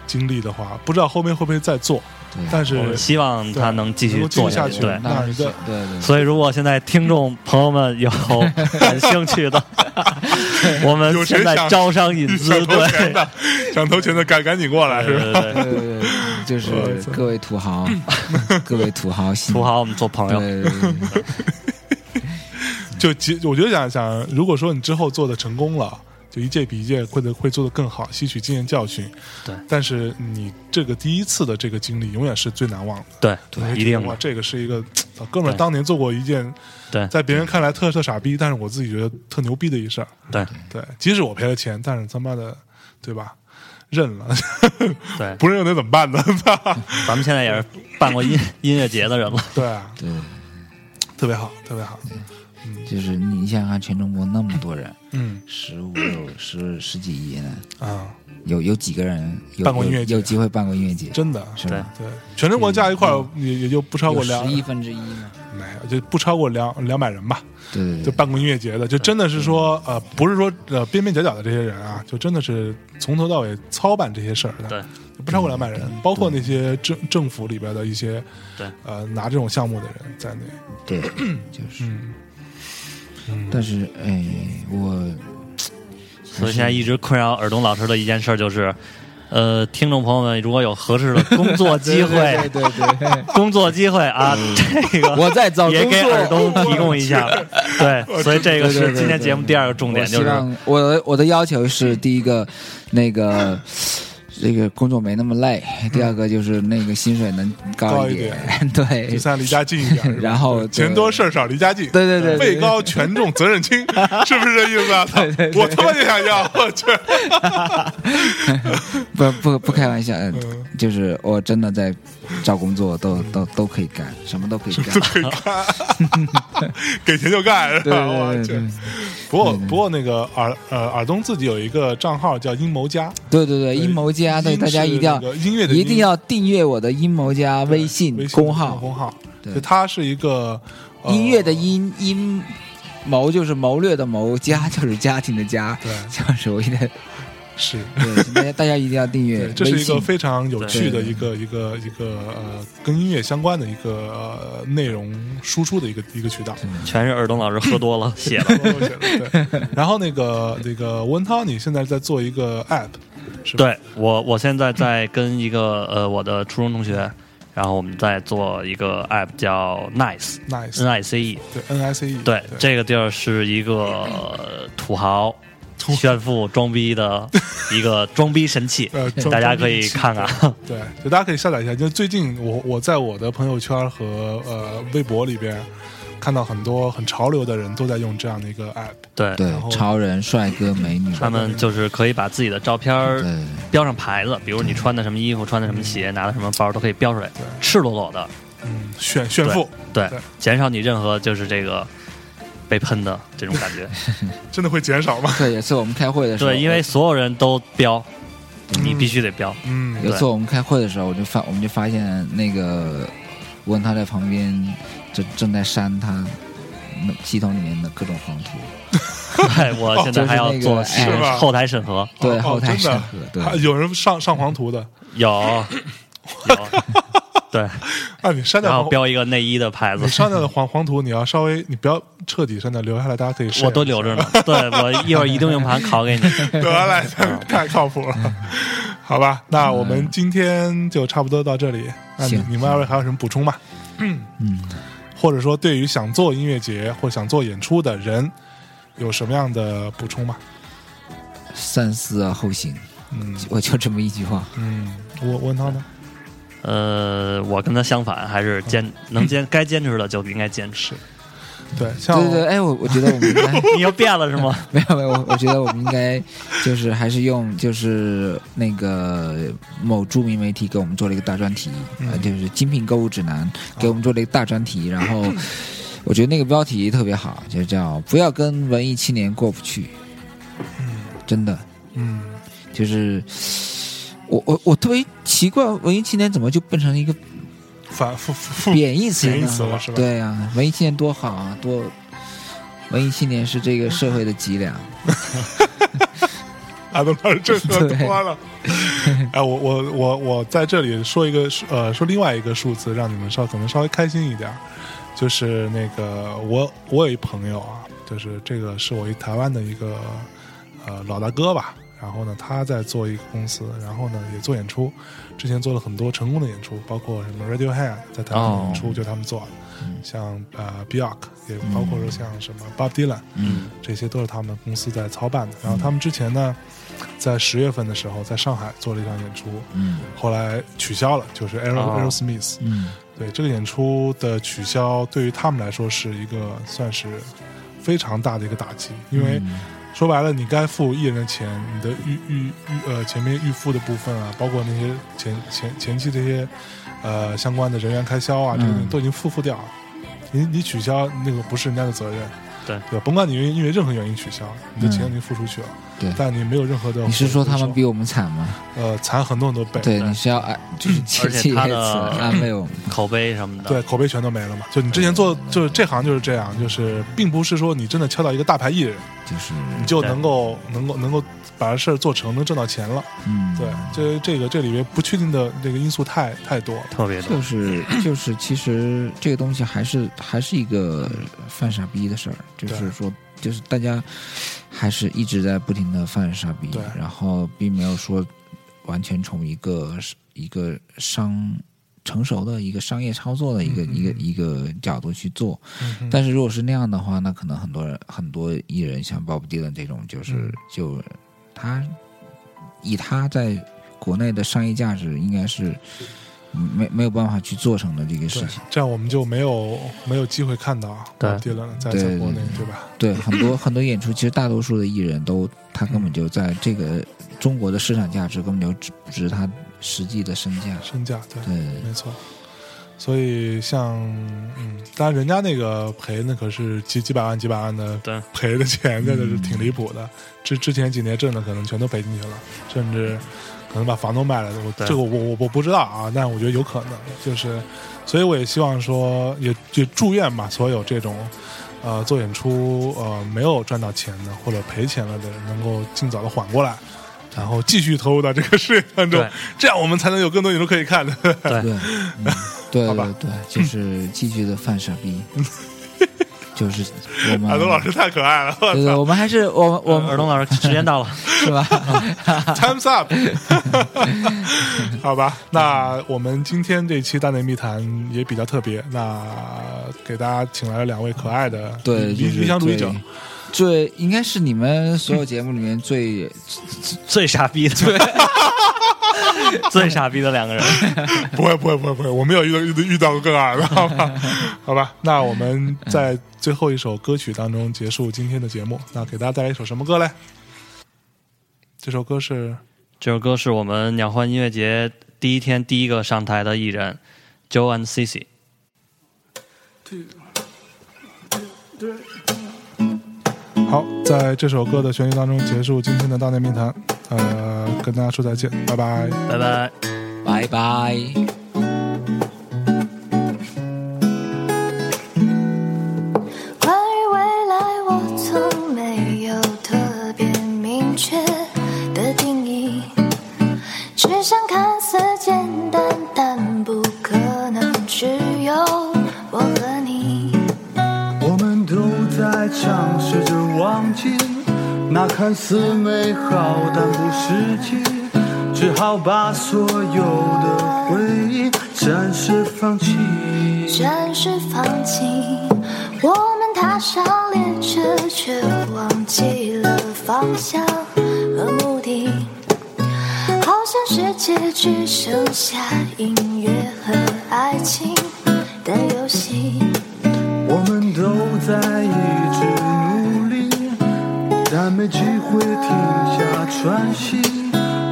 S1: 经历的话，不知道后面会不会再做，
S2: 对
S1: 但
S3: 我们
S1: 是
S3: 希望他
S1: 对
S3: 能继续
S1: 能够继续
S3: 做
S1: 下
S3: 去。
S1: 去
S3: 对，
S1: 那
S2: 那
S1: 是
S2: 是对对，
S3: 所以如果现在听众朋友 们有感兴趣的，我们
S1: 有谁
S3: 现在
S1: 想
S3: 招商引资，
S1: 想投
S3: 对，
S1: 钱的，想投钱的赶赶紧过来是吧？
S3: 对对对，
S2: 对对对， 就是
S1: 我操
S2: 各位土豪，各位土豪，
S3: 土豪我们做朋
S2: 对，
S3: 友，
S2: 对对对对
S1: 就其我觉得想想，如果说你之后做的成功了，就一届比一届会的会做得更好，吸取经验教训。
S3: 对
S1: 但是你这个第一次的这个经历永远是最难忘的。
S3: 对
S1: 你会
S3: 一
S1: 觉得
S3: 定
S1: 哇，
S3: 的，
S1: 这个是一个啊哥们儿
S3: 对
S1: 当年做过一件
S3: 对
S1: 在别人看来特特傻逼，但是我自己觉得特牛逼的一事儿。
S3: 对
S1: 对，即使我赔了钱，但是他妈的，对吧？认了，
S3: 对，
S1: 不认又得怎么办呢？
S3: 咱们现在也是办过音音乐节的人了，
S1: 对啊，
S2: 对，
S1: 特别好，特别好。
S2: 就是你想想看，全中国那么多人，
S1: 嗯
S2: 十五六十十几亿呢，
S1: 啊，
S2: 有有几个人有
S1: 办过音乐
S2: 有
S1: 节
S2: 有机会办过音乐节，
S1: 真的
S2: 是吧？
S1: 对，全中国加一块儿也也就不超
S2: 有
S1: 过两
S2: 十亿分之一呢，
S1: 没有，就不超过两两百人吧，
S2: 对对
S1: 就
S2: 对，
S1: 办过音乐节的，就真的是说，呃，不是说呃边边角角的这些人啊，就真的是从头到尾操办这些事儿的，
S3: 对，
S1: 不超过两百人，
S2: 嗯
S1: 包括那些政政府里边的一些，
S3: 对，
S1: 呃，拿这种项目的人在内，
S2: 对，就是，
S1: 嗯，
S2: 但是哎，我
S3: 所以现在一直困扰尔东老师的一件事儿就是，呃，听众朋友们如果有合适的工作机
S2: 对
S3: 会，
S2: 对对对，
S3: 工作机会啊，这个
S2: 嗯我在找
S3: 也
S2: 工
S3: 给
S2: 作
S3: 尔东提供一 下，对，所以这个
S2: 对
S3: 是
S2: 对对
S3: 今天节目第二个重点，
S2: 我
S3: 就
S2: 希
S3: 是
S2: 望我的我的要求是，第一个，那个这个工作没那么累；第二个就是那个薪水能高一点。
S1: 第
S2: 对，
S1: 三离家近一 点，是吧
S2: 哎然后
S1: 钱多事儿少，离家近，
S2: 对对对对
S1: 位高权重，责任 轻，是不是这意思啊？我他妈就想要，我去，
S2: 不不不开玩笑，呃
S1: 嗯
S2: 就是我真的在找工作都都都可以干，什么都可以干。
S1: 可以干，给钱就干，是
S2: 对
S1: 吧？我
S2: 对
S1: 去
S2: 对。
S1: 不过不过那个尔呃尔东自己有一个账号叫阴谋家，
S2: 对对对，阴谋家，对
S1: 阴
S2: 大家
S1: 是
S2: 一定要
S1: 那个音乐的
S2: 一
S1: 阴
S2: 定要订阅我的阴谋家微信
S1: 微信
S2: 公
S1: 公
S2: 号，
S1: 公号，
S2: 对
S1: 就他是一个、呃
S2: 音乐的音阴谋就是谋略的谋，家 就是家庭的家，
S1: 对
S2: 就是我一定。
S1: 是。
S2: 对，大家 大家一定要订阅
S1: 对，这是
S2: 微
S1: 一个
S2: 信
S1: 非常有趣的
S2: 对
S1: 一个一个一个呃，跟音乐相关的一个、呃、内容输出的一个一个渠道。
S2: 嗯
S3: 全是尔东老师喝多了写 的。
S1: 对，然后那个那个温涛，你现在在做一个 app，是吧？
S3: 对我，我现在在跟一个呃我的初中同学，然后我们在做一个 app 叫 Nice N
S2: 嗯
S1: ，nice，
S3: I C E。
S1: 对 NICE，
S3: 对，
S1: 对
S3: 这个地儿是一个呃土豪、
S1: 土
S3: 炫富、装逼 的一个装逼神器
S1: 呃装，
S3: 大家可以看看。
S1: 对，就大家可以下载一下。就最近我我在我的朋友圈和呃微博里边看到很多很潮流的人都在用这样的一个 app，
S3: 对，
S2: 对
S1: 然后
S2: 超人、帅哥、美女，
S3: 他们就是可以把自己的照片儿
S2: 对
S3: 标上牌子，比如你穿的什么衣服、穿的什么鞋、拿的什么包都可以标出来，赤裸裸的，
S1: 嗯，炫炫富，
S3: 对
S1: 对，
S3: 减少你任何就是这个被喷的这种感觉。
S1: 真的会减少吗？
S2: 对，有一次我们开会的时候，
S3: 对，因为所有人都标，你必须得标。
S1: 嗯，
S2: 有一次我们开会的时候，我就发我们就发现那个文涛在旁边正正在删他那系统里面的各种黄图，
S3: 对，我现在还要做
S2: 就是那
S1: 哎
S2: 个
S1: 是吧
S3: 后台审核，
S2: 对
S1: 哦
S2: 后台
S1: 真的
S2: 审核，对
S1: 还有人上上黄图的，
S3: 有有，对，
S1: 啊，你删
S3: 然
S1: 掉
S3: 后
S1: 黄，
S3: 标一个内衣的牌子
S1: 你，删掉的黄黄图，你要稍微你不要彻底删掉，留下来大家可以试一下
S3: 我都留着呢。对我一会儿移动硬盘拷给你。
S1: 得了， 太靠谱了。好吧，那我们今天就差不多到这里。那你
S2: 行
S1: 你们二位还有什么补充吗？
S2: 嗯，
S1: 或者说对于想做音乐节或想做演出的人，有什么样的补充吗？
S2: 三思而后行，
S1: 嗯
S2: 我就这么一句话，
S1: 嗯，我文涛呢？
S3: 呃，我跟他相反，还是坚能坚该坚持的就应该坚持。
S1: 对，像
S2: 对对对，哎，我我觉得我们应该。
S3: 你又变了是吗？
S2: 没有没有，我我觉得我们应该就是还是用就是那个某著名媒体给我们做了一个大专题，
S1: 嗯
S2: 呃，就是《精品购物指南》给我们做了一个大专题，然后我觉得那个标题特别好，就叫“不要跟文艺青年过不去”，真的
S1: 嗯
S2: 就是我我我特别奇怪，文艺青年怎么就变成一个
S1: 反复复复
S2: 贬义词呢？
S1: 贬义词了是吧
S2: 对啊，文艺青年多好啊，多文艺青年是这个社会的脊梁。
S1: 啊，都老师这喝多了。哎，我我我我在这里说一个数呃，说另外一个数字，让你们稍可能稍微开心一点儿，就是那个我我有一朋友啊，就是这个是我一台湾的一个呃老大哥吧，然后呢他在做一个公司，然后呢也做演出，之前做了很多成功的演出，包括什么 Radiohead 在台湾的演出、就他们做的，像呃 Bjork 也包括说像什么 Bob Dylan，
S2: 嗯
S1: 这些都是他们公司在操办的。然后他们之前呢，在十月份的时候在上海做了一场演出，
S2: 嗯
S1: 后来取消了，就是 Aero、
S3: 哦
S1: Aerosmith。
S2: 嗯
S1: 对这个演出的取消，对于他们来说是一个算是非常大的一个打击，因为说白了，你该付艺人的钱，你的预预预呃前面预付的部分啊，包括那些前前前期这些呃相关的人员开销啊，这个
S2: 嗯
S1: 都已经付付掉了。你你取消那个不是人家的责任，
S3: 对
S1: 对吧，甭管你因为因为任何原因取消，你的钱
S2: 嗯
S1: 已经付出去了，
S2: 对
S1: 但你没有任何的
S2: 你是说他们
S1: 回
S2: 比我们惨吗？
S1: 收呃惨很多很多倍，
S2: 对，你是要安，就是借
S3: 而且
S2: 借此
S3: 他的
S2: 安慰我们。
S3: 口碑什么的。
S1: 对，口碑全都没了嘛。就你之前做，就是这行就是这样，就是并不是说你真的敲到一个大牌艺人，
S2: 就是
S1: 你就
S3: 对
S1: 能够能够能够把事儿做成，能挣到钱了。
S2: 嗯，
S1: 对，这这个这里边不确定的这个因素太太多了。
S3: 特别多
S2: 就。是就是，其实这个东西还是还是一个犯傻逼的事儿，就是
S1: 对
S2: 说，就是大家还是一直在不停的犯傻逼
S1: 对，
S2: 然后并没有说完全从一个一个商成熟的一个商业操作的一个、
S1: 嗯嗯
S2: 一个一个角度去做。
S1: 嗯
S2: 但是如果是那样的话，那可能很多人很多艺人像鲍勃迪伦这种，就是、
S1: 嗯
S2: 就他以他在国内的商业价值，应该是没没有办法去做成的这个事
S1: 对
S2: 情。，
S1: 这样我们就没有没有机会看到
S3: 对
S1: 迪伦在
S2: 对
S1: 在国内
S2: 对，
S1: 对吧？
S2: 对，很多 很多演出，其实大多数的艺人都他根本就在这个中国的市场价值根本就只不值他实际的身价。
S1: 身价对，
S2: 对，
S3: 嗯
S1: 没错。所以像嗯，当然人家那个赔那可是几几百万几百万的
S3: 对
S1: 赔的钱，真的是
S2: 嗯
S1: 挺离谱的。之之前几年挣的可能全都赔进去了，甚至可能把房都卖了。我
S3: 对
S1: 这个我我我不知道啊，但我觉得有可能，就是，所以我也希望说，也也祝愿吧，所有这种。呃，做演出呃没有赚到钱的或者赔钱了的人，能够尽早的缓过来，然后继续投入到这个事业当中
S3: 对，
S1: 这样我们才能有更多演出可以看的。
S2: 对，嗯、对
S1: 好
S2: 对
S1: 吧
S2: 对，就是继续的犯傻 逼，就是我们
S1: 海啊东老师太可爱 了，我
S2: 对对，
S1: 操
S2: 我们还是我们我
S3: 呃
S2: 们
S3: 尔东老师，时间到了，
S2: 是吧？
S1: ，Time's up，好吧，那我们今天这期大内密谈也比较特别，那给大家请来了两位可爱的
S2: 对，
S1: 理
S2: 就是
S1: 理想主义者，
S2: 最，最应该是你们所有节目里面最
S3: 最傻逼的， 最傻逼的两个人。
S1: 不会不会不会不会，我没有遇到遇遇到过更矮的，好吧？好吧，那我们在最后一首歌曲当中结束今天的节目，那给大家带来一首什么歌嘞？这首歌是
S3: 这首歌是我们鸟欢音乐节第一天第一个上台的艺人 Joe and Cici。
S1: 好，在这首歌的旋律当中结束今天的大内密谈，呃，跟大家说再见，拜拜。
S3: 拜拜。
S2: 拜拜。
S6: 关于未来，我从没有特别明确的定义，只想看似简单，但不可能只有我和你。
S5: 我们都在尝试着忘记那看似美好但不实际，只好把所有的回忆暂时放弃。
S6: 暂时放弃。我们踏上列车，却忘记了方向和目的。好像世界只剩下音乐和爱情的游戏。
S5: 我们都在一直努力，但没机会停下喘息。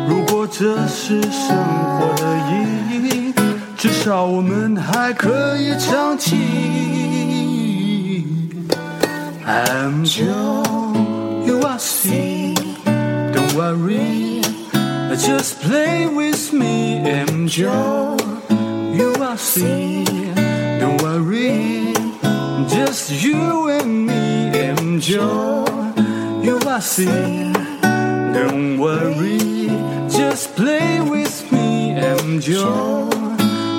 S5: 如果这是生活的意义，至少我们还可以唱起。I'm Joe, you are C, don't worry, just play with me. I'm Joe, you are C, don't worry, just you and me. I'm Joe, you are C, don't worry, just Just play with me and Joe.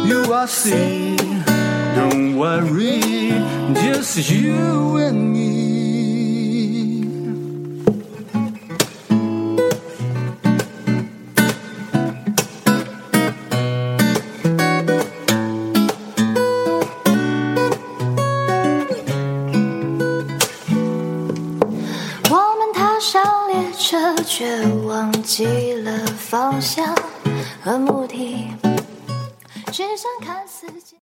S5: You are safe. Don't worry. Just you and me.
S6: 我们踏上列车，却忘记了方向和目的，只想看四季。